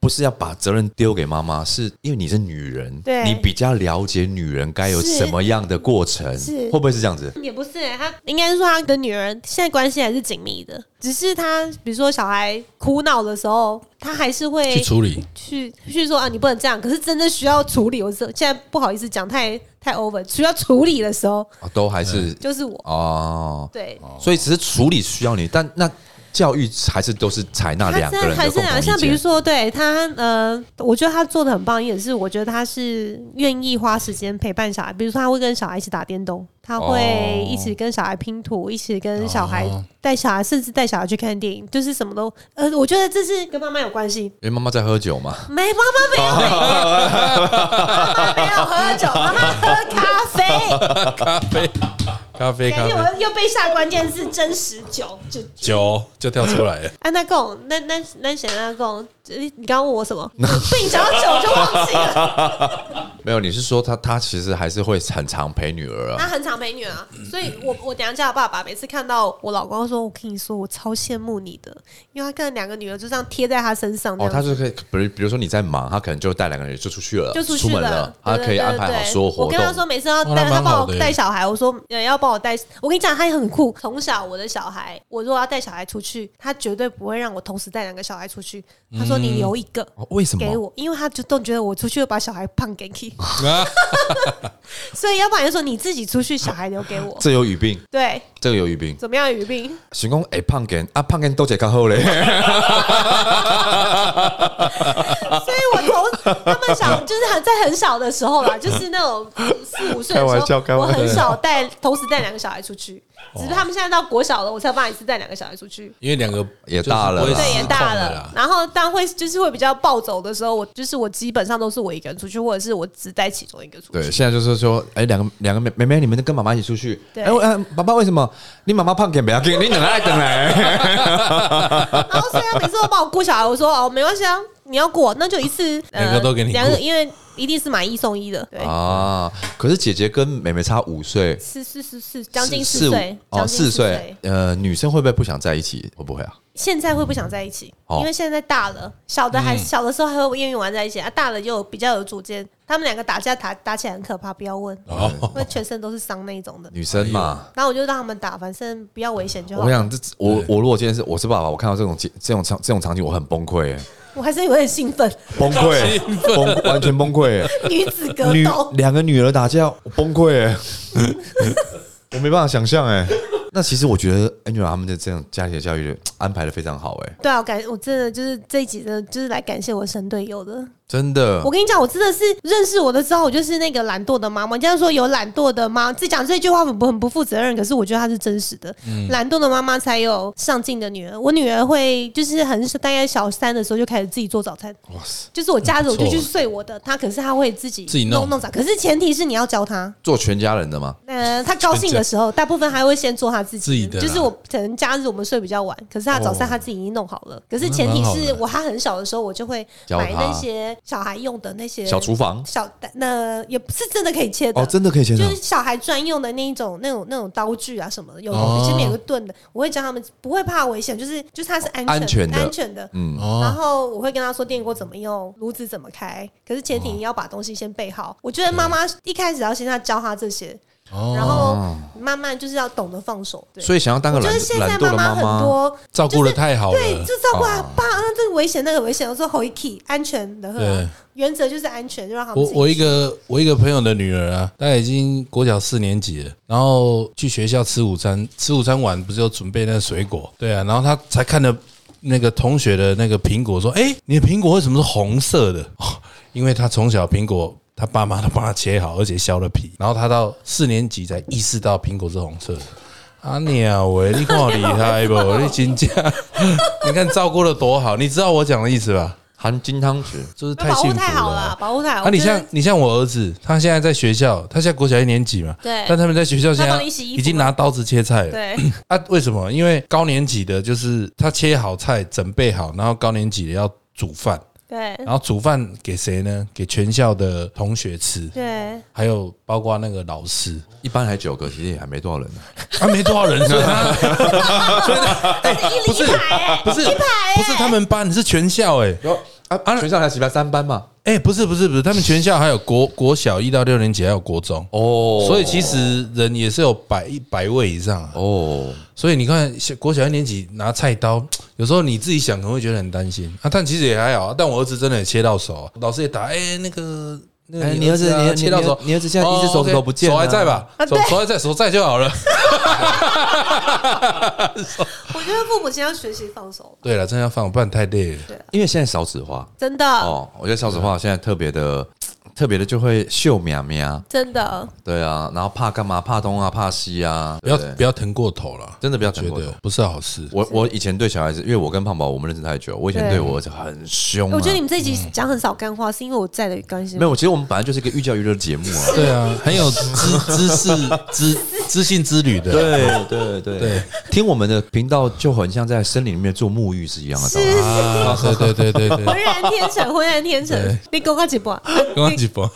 不是要把责任丢给妈妈，是因为你是女人，对你比较了解女人该有是什么样的过程，是会不会是这样子？也不是、欸，他应该是说他跟女儿现在关系还是紧密的，只是他比如说小孩哭闹的时候，他还是会去处理。去去说啊，你不能这样。可是真的需要处理，我是现在不好意思讲太太 over，需要处理的时候啊都还是、就是我。哦，对，所以只是处理需要你，但那教育还是都是采纳他两个真的人还的是共同两，意像比如见。说，对他，呃，我觉得他做的很棒，也是我觉得他是愿意花时间陪伴小孩。比如说，他会跟小孩一起打电动，他会哦一起跟小孩拼图，一起跟小孩哦带小孩，甚至带小孩去看电影，就是什么都，呃，我觉得这是跟妈妈有关系。因为妈妈在喝酒嘛，没，妈妈没有，妈妈没有喝酒，妈妈喝咖啡。咖啡，咖啡，咖感啡，谢我又被下关键字真实酒就酒就跳出来了。啊，那贡那那那谁那贡，你你刚问我什 么？被你讲到酒就忘记了。没有，你是说他他其实还是会很常陪女儿啊？他很常陪女儿啊，所以我我等一下叫我爸爸，每次看到我老公他说，我跟你说，我超羡慕你的，因为他看两个女儿就这样贴在他身上，这哦，样他就可以，比如比如说你在忙，他可能就带两个人就出去了，就出去门了了，，他对可以安排好所有活我动跟。他说，每次要带哦那他蛮帮好我的带小孩，我说呃要帮我带。我跟你讲，他也很酷。从小我的小孩，我如果要带小孩出去，他绝对不会让我同时带两个小孩出去。他说你留一个哦 为什么给我，因为他就都觉得我出去会把小孩胖给 你， 所以要不然就说你自己出去，小孩留给 我。这有语病，对，这个有语病。怎么样，于斌？行公哎，胖根啊，胖根都姐靠后嘞，所以我从他们小，就是很在很小的时候 啦，就是那种四五岁开的玩时笑开候，我玩笑很少带，同时带两个小孩出去。只是他们现在到国小了，我才帮一次带两个小孩出去。因为两个也大啊了啦就是不对，会也失控大了了啦，。然后但会就是会比较暴走的时候，我就是我基本上都是我一个人出去，或者是我只带其中一个出 对，去。现在就是说，哎，两个两个妹妹妹，你们跟妈妈一起出去。对哎，我哎爸爸为什么你妈妈胖根不要给你等来等来？ 然后所以他每次都帮我顾小孩，我说哦没关系啊，你要过那就一次，呃两个都给你顾两个因为一定是买一送一的，对，啊，可是姐姐跟妹妹差五岁，是是是是，将近四四五岁，哦，将近四岁。。呃，女生会不会不想在一起？会不会啊？现在会不想在一起，哦嗯因为现在大了，小的还、小的时候还会愿意玩在一起啊，大了就比较有主见。他们两个打架打打起来很可怕，不要问，因哦，为全身都是伤那一种的。女生嘛，然后我就让他们打，反正不要危险就好。我想这我我如果今天是我是爸爸，我看到这种景这种场这种场景，我很崩溃欸，我还是有点兴奋， 崩溃，崩完全崩溃欸，女子格女斗。两个女儿打架，我崩溃欸， 我没办法想象哎。那其实我觉得 Angela 他们的这种家里的教育安排的非常好哎，对啊，我感我真的就是这一集真的就是来感谢我神队友的。真的我。跟你讲，我真的是认识我的之后，我就是那个懒惰的妈妈。人家说有懒惰的妈，自己讲这句话很不很不负责任，可是我觉得它是真实的。嗯懒、惰的妈妈才有上进的女儿。我女儿会就是很大概小三的时候就开始自己做早餐，哇塞，就是我假日我就不错去睡我的，她可是她会自己自己弄弄弄早，可是前提是你要教她。做全家人的嘛，呃，他高兴的时候，大部分还会先做他自己，自己的啦就是我可能假日我们睡比较晚，可是他早上他自己已经弄好了。可是前提那蛮是好的我他很小的时候，我就会教他买那些小孩用的那些小厨房小那也不是真的可以切的。哦，真的可以切就成是小孩专用的那一种、那种、那种刀具啊什么的，有哦有些面有个盾的，我会教他们不会怕危险，就是就是它是安全安全的安全的。嗯，然哦，后我会跟他说电锅怎么用，炉子怎么开，可是哦前提你要把东西先备好。我觉得妈妈一开始要先要教他这些，哦然后慢慢就是要懂得放手。对，所以想要当个我觉懒得现在懒惰的妈妈很妈，多照顾的太好了，哦对，就照顾他爸，啊，这个危险那个危险，我说 h o i k 安全的，对原则就是安全，就让他们我自己我一个我一个朋友的女儿啊，她已经国小四年级了，然后去学校吃午餐，吃午餐完不是有准备那个水果？对啊，然后她才看了那个同 学的那个苹果，说：“哎、你的苹果为什么是红色的？”哦，因为她从小苹果他爸妈都帮他切好，而且削了皮。然后他到四年级才意识到苹果是红色的。啊鸟喂，你看我厉害不？你真假？ 你看照顾的多好，你知道我讲的意思吧？含金汤匙，就是太保幸护福太好了啊啦，保护太好。啊，你我觉得像你像我儿子，他现在在学校，他现在国小一年级嘛，对但他们在学校现他在帮你洗衣服已经拿刀子切菜了。对，啊，为什么？因为高年级的就是他切好菜，准备好，然后高年级的要煮饭，对然后煮饭给谁呢？给全校的同学吃，对，还有包括那个老师。一般才九个，其实也还没多少人呢。啊，没多少人，啊所以 他一零一排哎欸不是不是他们班，是全校哎、然后啊啊，全校才几班，三班嘛。哎、不是不是不是，他们全校还有国国小一到六年级，还有国中，哦，所以其实人也是有百一百位以上啊。哦，所以你看，小国小一年级拿菜刀，有时候你自己想可能会觉得很担心啊，但其实也还好啊。但我儿子真的也切到手啊，老师也打，哎，那个。那个哎你儿子啊你儿切到手，你儿子现在一只手指头不见啊哦了，OK，手还在吧？手手还在，手在就 好了。我觉得父母亲要学习放手，对了，真的要放，不然太累了。因为现在少子化真啊的，哦，我觉得少子化现在特别的。特别的就会秀苗苗，真的，对啊，然后怕干嘛？怕东啊，怕西啊，不要对对不要疼过头了，真的不要觉疼过头得不是好事。我我以前对小孩子，因为我跟胖宝我们认识太久，我以前对对我儿子很凶、啊。我觉得你们这一嗯集讲很少干话，是因为我在的关系吗没。有，其实我们本来就是一个寓教于乐的节目啊。对啊，很有知知识知知性之旅的。对对对对，听我们的频道就很像在森林里面做沐浴是一样的道理。是啊，对对对对 对，浑然天成，浑然天成对。你跟我几波？刚刚几波，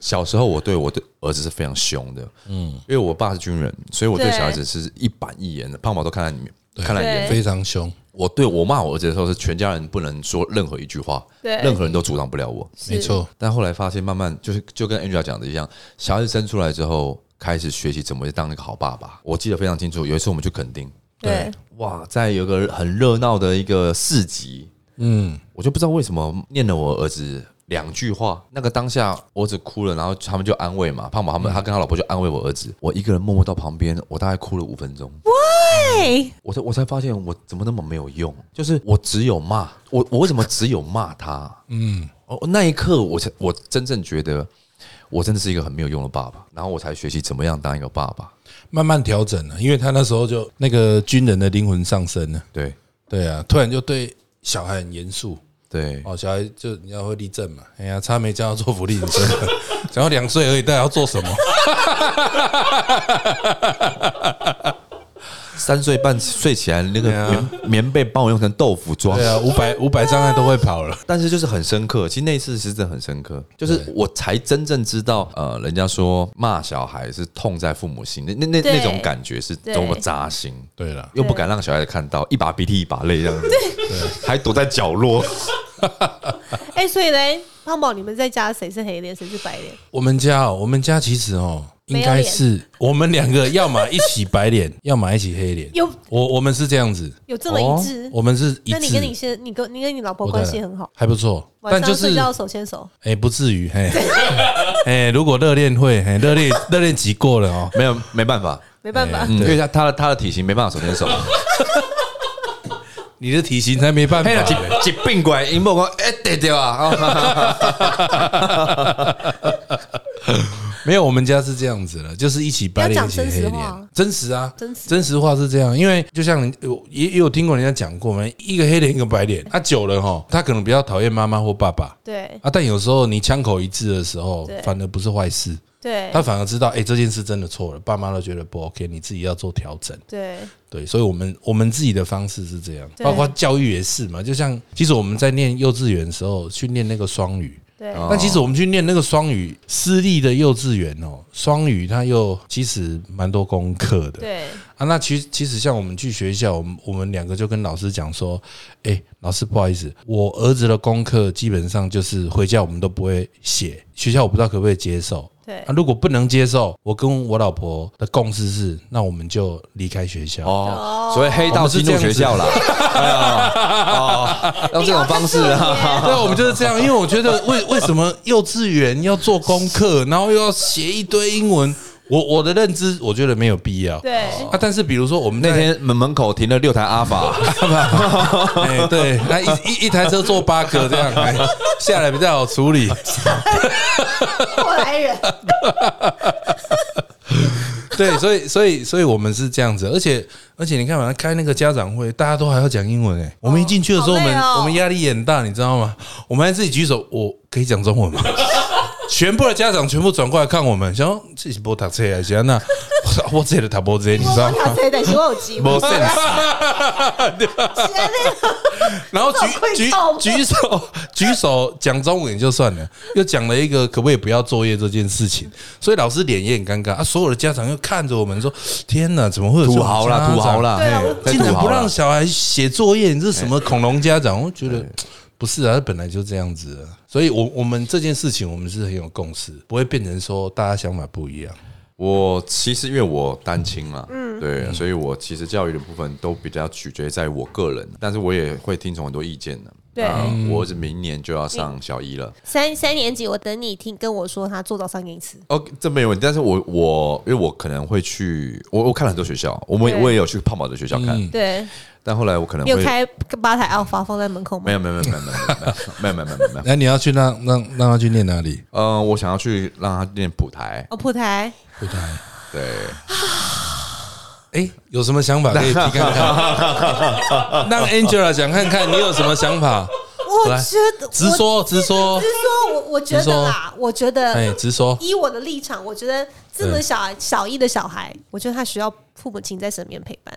小时候我对我对儿子是非常凶的，嗯，因为我爸是军人，所以我对对小孩子是一板一眼的。胖宝都看在里面，看在对眼里。非常凶，我对我骂我儿子的时候，是全家人不能说任何一句话，对任何人都阻挡不了我。是没错，但后来发现，慢慢就是就跟 Angela 讲的一样，小孩子生出来之后，开始学习怎么当一个好爸爸。我记得非常清楚，有一次我们去垦丁，对对，哇，在有个很热闹的一个市集，嗯，我就不知道为什么念了我儿子两句话，那个当下我儿子哭了，然后他们就安慰嘛，胖宝他们他跟他老婆就安慰我儿子，我一个人默默到旁边，我大概哭了五分钟。对，我才我才发现我怎么那么没有用，就是我只有骂我，我为什么只有骂他？嗯，哦，那一刻我才我真正觉得我真的是一个很没有用的爸爸，然后我才学习怎么样当一个爸爸。慢慢调整了，因为他那时候就那个军人的灵魂上升了，对对啊，突然就对小孩很严肃。对，哦，小孩就你要会立正嘛，哎呀，差没教他做福利人生， 讲到两岁而已，到底要做什么？三岁半睡起来那个对啊棉棉被帮我用成豆腐装对，啊，五百五百障碍都会跑了，但是就是很深刻。其实那一次是真的很深刻，就是我才真正知道，呃，人家说骂小孩是痛在父母心，那那那对那种感觉是多么扎心。对了，又不敢让小孩子看到，一把鼻涕一把泪这样子，还躲在角落。哎，所以嘞，胖宝，你们在家谁是黑脸，谁是白脸？我们家哦，我们家其实哦，应没有该脸是我们两个要么一起白脸，要么一起黑脸。有我我们是这样子，哦有这么一致？我们是一致。那你跟你先，你跟你跟你老婆我的关系很好，还不错，晚但就上是睡觉手牵手，哎、不至于嘿， 哎，如果热恋会，哎，热恋热恋期过了哦，没有，没办法，没办法哎嗯，，因为他他的他的体型没办法手牵手。你的体型才没办法哎呀，嘞。一一病怪，因某讲哎对对啊，没有，我们家是这样子了，就是一起白要脸讲一起黑真实脸话啊，真实啊，真实真实话是这样，因为就像有也也有听过人家讲过嘛，一个黑脸一个白脸，他久了哈，他可能比较讨厌妈妈或爸爸。对啊，但有时候你枪口一致的时候对，反而不是坏事，对他反而知道，哎、这件事真的错了，爸妈都觉得不 OK，你自己要做调整。对对，所以我们我们自己的方式是这样，对包括教育也是嘛。就像其实我们在念幼稚园的时候去念那个双语，对哦但其实我们去念那个双语私立的幼稚园哦，双语它又其实蛮多功课的。对啊，那其实其实像我们去学校，我们我们两个就跟老师讲说，哎、老师不好意思，我儿子的功课基本上就是回家我们都不会写，学校我不知道可不可以接受。对啊，如果不能接受，我跟我老婆的共识是，那我们就离开学校。哦，所以黑道进入学 校了，哎呀哦，用这种方式啊，对，我们就是这样，因为我觉得为为什么幼稚园要做功课，然后又要写一堆英文，我我的认知，我觉得没有必要。对，啊，但是比如说我们那在天门门口停了六台阿法，哎，对，那一一一台车坐八个这样，哎下来比较好处理。过来人， 对，所以所以所以我们是这样子，而且而且你看嘛，开那个家长会，大家都还要讲英文哎、我们一进去的时候，我好累们、哦我们压力也很大，你知道吗？我们还自己举手，我可以讲中文吗？ 全部的家长全部转过来看我们，想说这是波塔车还啊是那？我说我这的塔波车， 你摸知道摸吗？他谁的，希望有机会。没 sense。然后举举这种会举手举手讲中文也就算了，又讲了一个可不可以不要作业这件事情，所以老师脸也很尴尬啊。所有的家长又看着我们说：“天哪，怎么会有这种土豪啦，家土豪长啦，对啊嘿我在竟然土豪不啦让小孩写作业，你这什么恐龙家长？我觉得不是啊，他本来就这样子啊。所以我，我们这件事情我们是很有共识，不会变成说大家想法不一样。我其实因为我单亲嘛，嗯，对，所以我其实教育的部分都比较取决于在我个人，但是我也会听从很多意见的。对那我儿子明年就要上小一了。三三年级，我等你听跟我说，他做早餐给你吃。哦，这没有问题，但是我我因为我可能会去，我我看了很多学校，我们对我也有去胖宝的学校看，对，但后来我可能你有会开吧台 Alpha 放在门口吗没？有没有没有没有没有没有没有没有没有没有没有，那你要去让让让他去念哪里？呃，我想要去让他练普台，哦，铺台，对，哎、有什么想法可以提看看？让 Angela 讲看看，你有什么想法？我来觉得直，说直说我直，说，我我觉直得说啦，我觉得哎，直哦说。以我的立场，我觉得这个对小孩小一的小孩，我觉得他需要父母亲在身边陪伴。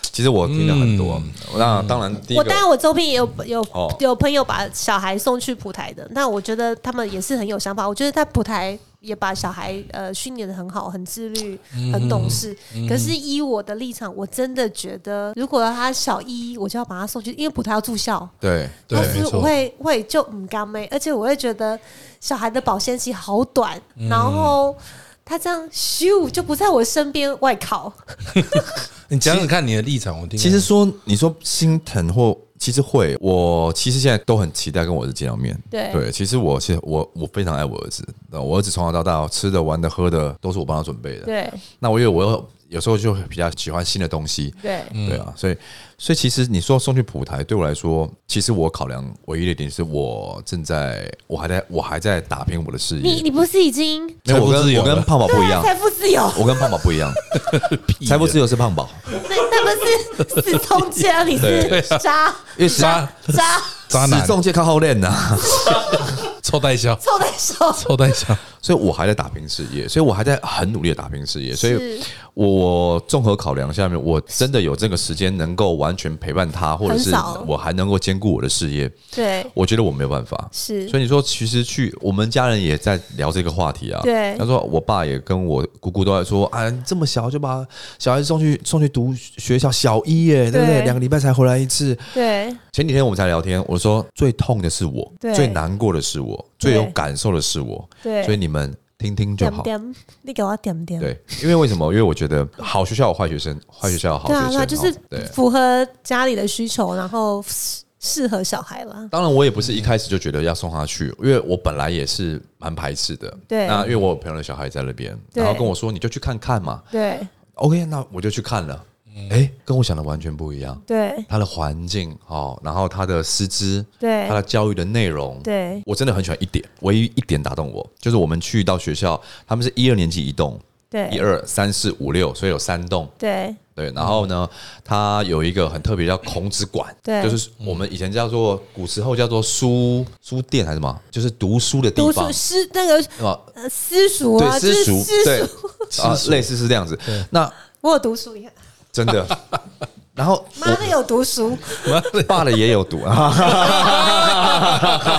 其实我听了很嗯多，那当然第一我个当然我周边也有有哦有朋友把小孩送去普台的，那我觉得他们也是很有想法。我觉得在普台也把小孩呃训练的很好，很自律，嗯很懂事。可是以我的立场，我真的觉得，如果他小一，我就要把他送去，因为普台要住校。对对但，是没我错。会我也就唔甘妹，而且我会觉得小孩的保鲜期好短，嗯然后他这样咻就不在我身边外考，你讲讲看你的立场，我听看。其实说你说心疼或其实会，我其实现在都很期待跟我儿子见到面。对其实我其实我我非常爱我儿子，那我儿子从小到大吃的、玩的、喝的都是我帮他准备的。对那我因为我有有时候就比较喜欢新的东西，对嗯对啊，所以所以其实你说送去普台对我来说，其实我考量唯一的一点是我正在我还在我还在打拼我的事你业。你不是已经没有我财富自跟由我跟了胖宝不一哦样，财富自由，我跟胖宝不一样，屁财富的自由是胖宝，那那不是是中间，你是啊渣因为是渣渣渣男始终借靠后练呐、 臭代销，凑在手，臭代销。所以我还在打拼事业，所以我还在很努力的打拼事 业，所以是我综合考量下面，我真的有这个时间能够完全陪伴他，或者是很少我还能够兼顾我的事业，对我觉得我没有办法。是所以你说，其实去我们家人也在聊这个话题啊。对他说我爸也跟我姑姑都在说，啊，你这么小就把小孩子送去送去读学校小一耶，对不对？对两个礼拜才回来一次，对前几天我们才聊天，我说最痛的是我对，最难过的是我，最有感受的是我，对所以你们听听就点好。点，你给我点点，对，因为为什么？因为我觉得好学校有坏学生，坏学校有好对学啊，生那哦。就是对。符合家里的需求，然后适适合小孩啦。当然，我也不是一开始就觉得要送他去，因为我本来也是蛮排斥的。对那因为我有朋友的小孩在那边，对然后跟我说你就去看看嘛。对 OK，那我就去看了。哎、跟我想的完全不一样。对他的环境哦，然后他的师资，对他的教育的内容，对我真的很喜欢一点，唯一一点打动我，就是我们去到学校，他们是一二年级一栋，一对二三四五六，所以有三栋。对对，然后呢，它有一个很特别叫孔子馆，对就是我们以前叫做古时候叫做书书店还是什么，就是读书的地读方书，是那个是吧？呃私塾对，啊，就私是塾，私对塾。 啊，类似是这样子。那我有读书，你看，真 的，然后妈的有读书， 我爸的也有读啊。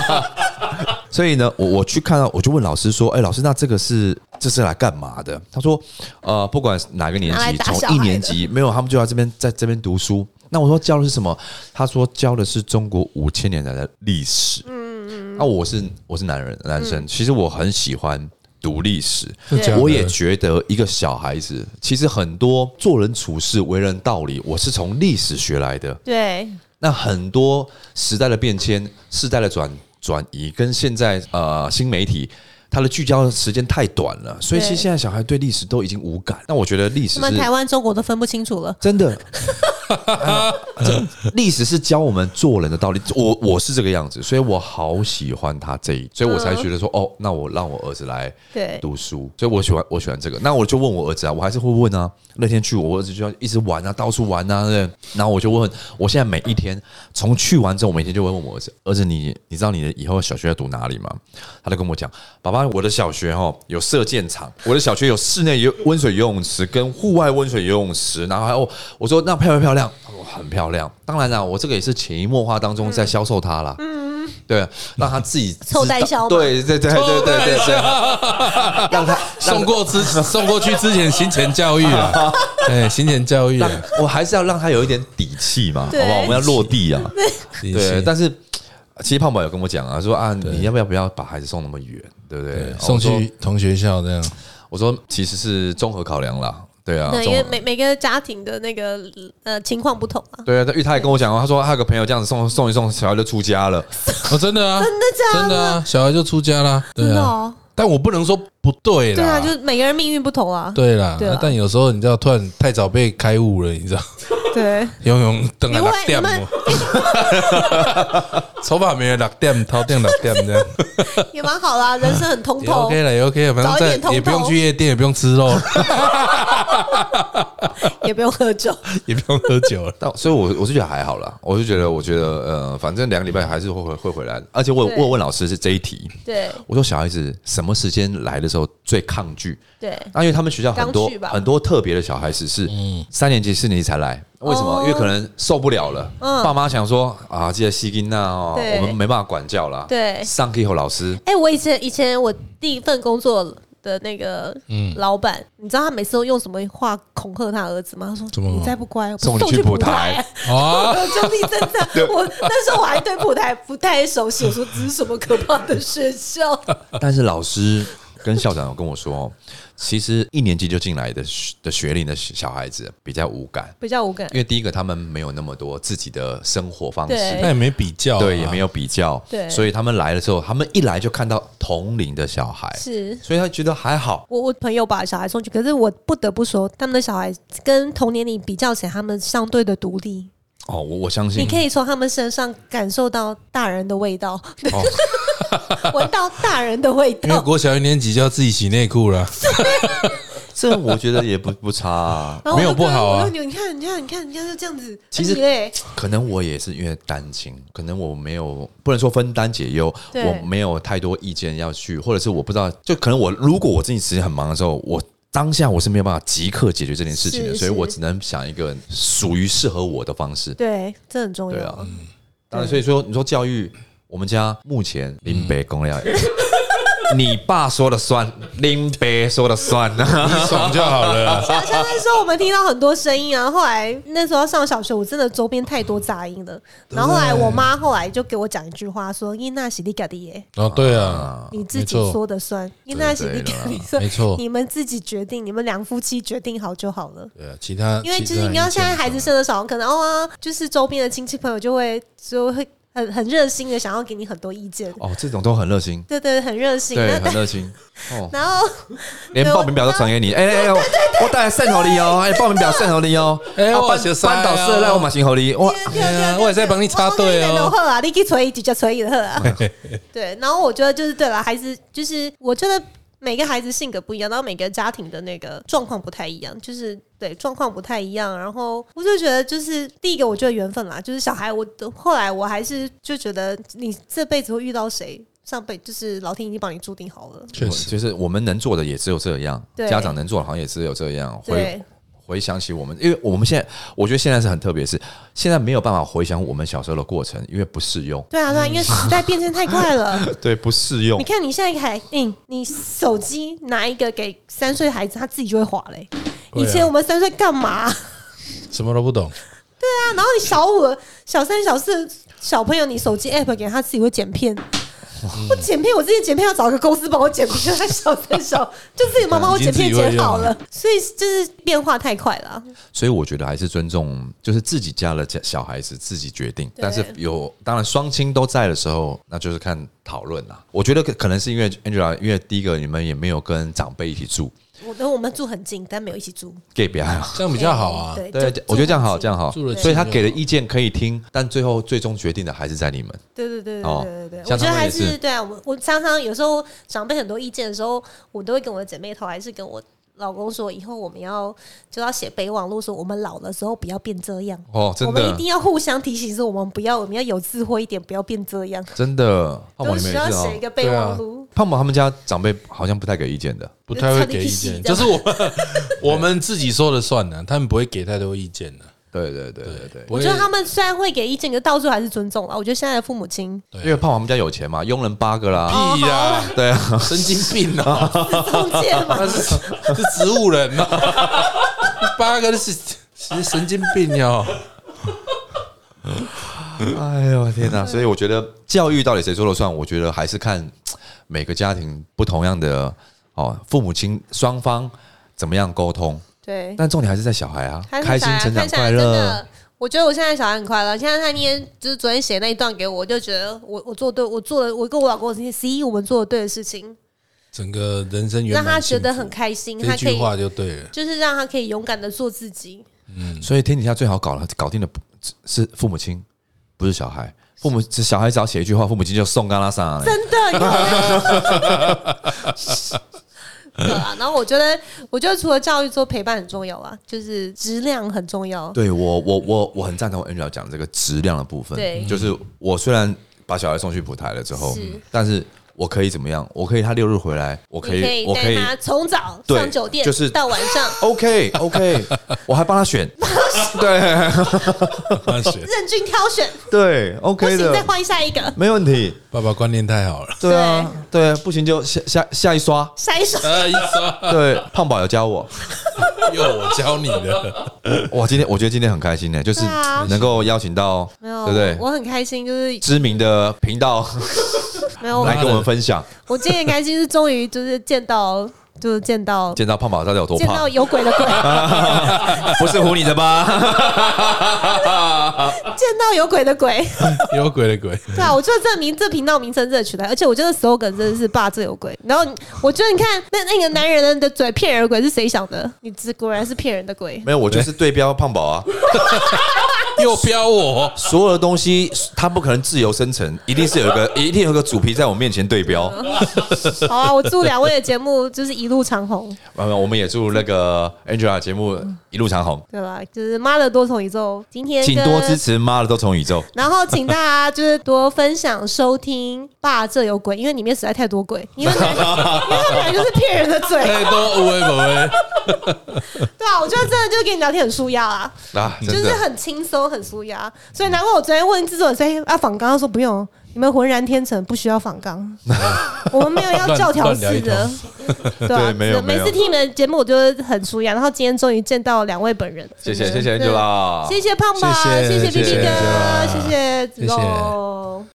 所以呢，我我去看到，我就问老师说：“哎、老师，那这个是这是来干嘛的？”他说：“呃，不管哪个年拿来级，打小从孩一的年级没有，他们就要这边在这边读书。”那我说教的是什么？他说教的是中国五千年来的历史。嗯嗯。那我是我是男人男嗯生，其实我很喜欢读历史，真的假的我也觉得一个小孩子其实很多做人处事、为人道理，我是从历史学来的。对那很多时代的变迁、世代的转转移，跟现在呃新媒体，他的聚焦的时间太短了，所以其实对现在小孩对历史都已经无感。那我觉得历史他是们台湾、中国都分不清楚了。真的，啊这历史是教我们做人的道理。我我是这个样子，所以我好喜欢他这一，所以我才觉得说，哦，那我让我儿子来对，读书，所以我喜欢我喜欢这个。那我就问我儿子啊，我还是会问啊。那天去我儿子就要一直玩啊，到处玩啊，对。然后我就问，我现在每一天从去完之后，我每天就会问我儿子，儿子你你知道你的以后小学要读哪里吗？他就跟我讲，爸爸，我的小学哦有射箭场，我的小学有室内游温水游泳池跟户外温水游泳池，然后还有我说那漂不漂亮？他说很漂亮。当然啦、我这个也是潜移默化当中在销售它啦。对，让他自己知嗯道凑代销嘛对对对对对对对，让他让送 过之送过去之前行前教育 啊，哎，行前教育啊，我还是要让他有一点底气嘛，好不对好？我们要落 地啊，理对解。但是呃其实胖宝有跟我讲啊，说啊，你要不要不要把孩子送那么远，对不对？送我说去同学校这样，我说其实是综合考量啦，对啊，对，因综为合每每个家庭的那个呃情况不同啊。对啊，因为他也跟我讲哦，他说他有个朋友这样子送送一送，小孩就出家了，哦，真的啊，真的假的啊，小孩就出家啦，真对的啊，哦，但我不能说不对啦，对啊，就是每个人命运不同啊。对啦对啦啊但有时候你知道，突然太早被开悟了， 你知道，对，永永等你来会六点 你哦，头发没有六点，头顶六点这样，也蛮好啦，人生很通也透， OK 了，也 OK 了，早反一点正通在也不用透去夜店，也不用吃肉， 也不用喝酒。也不用喝酒 了。但所以我，我是觉得还好啦，我就觉得，我觉得，呃，反正两个礼拜还是会回会回来的，而且我有对我有问老师是这一题，对我说小孩子什么时间来的时候最抗拒？对，那啊因为他们学校很多刚去吧很多特别的小孩子是三年级、四年级才来，为什么？哦嗯因为可能受不了了，爸妈想说啊，记得吸金呐哦，对我们没办法管教啦。对上课以后老师哎、我以前以前我第一份工作的那个嗯老板，你知道他每次都用什么话恐吓他儿子吗？他说：“怎么你再不乖，我送你送去去普普台台。哦， 我就地真 的，我那时候我还对普台不太熟悉，我说这是什么可怕的学校？ 但是老师跟校长有跟我说哦，其实一年级就进来的学的学龄的小孩子比较无感，比较无感因。为第一个他们没有那么多自己的生活方式对。那也没比较啊，对，也没有比较，对所以他们来的时候，他们一来就看到同龄的小孩，是所以他觉得还好，我我朋友把小孩送去，可是我不得不说，他们的小孩跟同年龄比较起来，他们相对的独立。哦，我我相信你可以从他们身上感受到大人的味道，哦， 闻到大人的味 因为道。国小一年级就要自己洗内裤 了，这我觉得也不不差、 啊。然后没我就有不跟好啊我就你看，你看，你看，你看，就这样子。其实啊你嘞，可能我也是因为担心，可能我没有不能说分担解忧，对我没有太多意见要去，或者是我不知道，就可能我如果我自己时间很忙的时候，我当下我是没有办法即刻解决这件事情的，是所以我是只能想一个属于适合我的方式。对，这很重对要。啊，当然，所以说你说教育，我们家目前林北公料。嗯 你爸说了算，林北说了算 爽就好了啦。像那时候我们听到很多声音啊，后来那时候上小学，我真的周边太多杂音了。然后后来我妈后来就给我讲一句话，说：“伊娜喜利嘎的耶，哦，对啊，你自己没错说的算。伊娜喜利嘎的算，没错你们自己决定，你们两夫妻决定好就好了。”对啊，其他因为其实他你知道，意见现在孩子不生的少，可能哦、啊，就是周边的亲戚朋友就会就会很很热心的想要给你很多意见，哦，这种都很热心，对对，很热心。对，那很热心。哦，然后连报名表都传给你，哎哎哎，我我带来扇头你哦，哎，报名表扇头你哦，哎啊我班熟悉班导哦师的来我马行头你，哇，对啊，我也在帮你插队都哦。喝啊，你去锤几就锤一喝 啊。对，然后我觉得就是对了，孩子就是我觉得每个孩子性格不一样，然后每个家庭的那个状况不太一样，就是对状况不太一样。然后我就觉得，就是第一个，我觉得缘分啦，就是小孩我，都后来我还是就觉得你这辈子会遇到谁，上辈就是老天已经帮你注定好了。确实，就是我们能做的也只有这样，对家长能做的好像也只有这样，回对，回想起我们，因为我们现在，我觉得现在是很特别，是现在没有办法回想我们小时候的过程，因为不适用，对啊，对啊，因为时代变迁太 快了。对，不适用你，看你现在还，嗯，你手机拿一个给三岁孩子，他自己就会滑嘞、对啊以前我们三岁干嘛？ 什么都不懂，然后你小五、小三、小四小朋友，你手机 app 给他自己会剪片，我剪片，我之前剪片要找一个公司帮我剪，不就在小三小， 就自己妈妈我剪片剪好了，啊所以就是变化太快了啊。所以我觉得还是尊重，就是自己家的家小孩子自己决定。对但是有当然双亲都在的时候，那就是看讨论啦。我觉得可可能是因为 Angela，因为第一个你们也没有跟长辈一起住我跟我们住很近，但没有一起住， ，gay 比较好。这样比较好啊。 对，对哎就，我觉得这样住好，很近这样好。住得近所以他就给的好意见可以听，但最后最终决定的还是在你们。对对对对哦对对对，我像觉得他们还也是是对啊，我我常常有时候长辈很多意见的时候，我都会跟我的姐妹头，还是跟我老公说，以后我们要就要写备忘录，说我们老的时候不要变这样。哦，我真们一的定，要互相提醒，说我们不要，我们要有智慧一点，不要变这样。真的。都胖宝你需们也要是写一哦。个备忘录。胖宝他们家长辈好像不太给意见的。不太会给意见，就就是是差我们我 们自己说了算了，他们不会给太多意见的。对对对对对。我我觉得他们虽然会给意见，可到最后还是尊重了。我觉得现在的父母 亲 因为胖宝他们家有钱嘛，佣人八个啦。屁哦啦，对啊， 神经病啊，中介 嘛，他是哦是植物人啊， 八个是是神经病哦。哎呦天哪！ 所以我觉得教育到底谁说了算？我觉得还是看每个家庭不同样的哦，父母亲双方怎么样沟通。对，但重点还是在小孩啊，开心成长看起来快真乐的。。我觉得我现在小孩很快乐。现在他念就是昨天写那一段给我，我就觉得我我做对，我做了我跟我老公的事情，十一我们做的对的事情，整个人生圆让满他觉得很幸开心，福他这可句以话就对了。就是让他可以勇敢的做自己。所以天底下最好搞了搞定的不是父母亲，不是小孩。父母小孩只要写一句话，父母亲就送干拉上来。真的有 啊。对啊，然后我觉得，我觉得除了教育之后，陪伴很重要啊，就是质量很重要。对我，我我我很赞同 Angel 讲这个质量的部分。对就是我虽然把小孩送去普台了之后是，但是我可以怎么样？我可以他六日回来，我可你以，我可带以他从早对上九点，就是到晚上 OK OK，我还帮他选，对他选任君挑选，对不 OK 行再的，换下一个没问题。爸爸观念太 好了，对啊，对，不行就下下下一刷。筛选。呃，一说对，胖宝有 教我， 又我教你的， 哇，今天我觉得今天很开心呢，就是对啊能够邀请到，没有，对不对？我很开心，就是知名的频道没有。来我跟我们分享，我今天很开心，是终于就是见到，就是见到见到胖宝到底有多见胖到，有鬼的 鬼，不是唬你的吧？ 见到有鬼的 鬼。有鬼的鬼， 对啊，我觉得这名这频道名称真的取得，而且我觉得 slogan 真的是霸这有鬼。然后你我觉得你看那那个男人的嘴骗人的鬼是谁想的？你只果然是骗人的鬼。没有，我就是对标胖宝啊，又标我，所有的东西它不可能自由生成，一定是有 一个，一定有一个主题在我面前对标。嗯好啊，我祝两位的节目就是一路长虹，没有，我们也祝那个 Angela 节目一路长虹。对吧？就是妈的多重宇宙，今天请跟多支持妈的多重宇宙。然后请大家就是多分享收听《霸这有鬼》，因为里面实在太多鬼， 因为本来因为它本来就是骗人的嘴，太多无为不为，对啊，我觉得真的就是跟你聊天很舒压啊，啊，就真是的，很轻松很舒压，所以难怪我昨天问制作人说啊仿纲，他说不用，你们浑然天成，不需要仿 纲，我们没有要教条式的， 对啊对，没有每没有次听你们的节目我就是很舒压，然后今天终于见到两位本人，谢真的谢谢谢 Angela，谢谢胖宝，谢谢谢谢 B 谢 B 谢哥，谢谢子谢谢龙。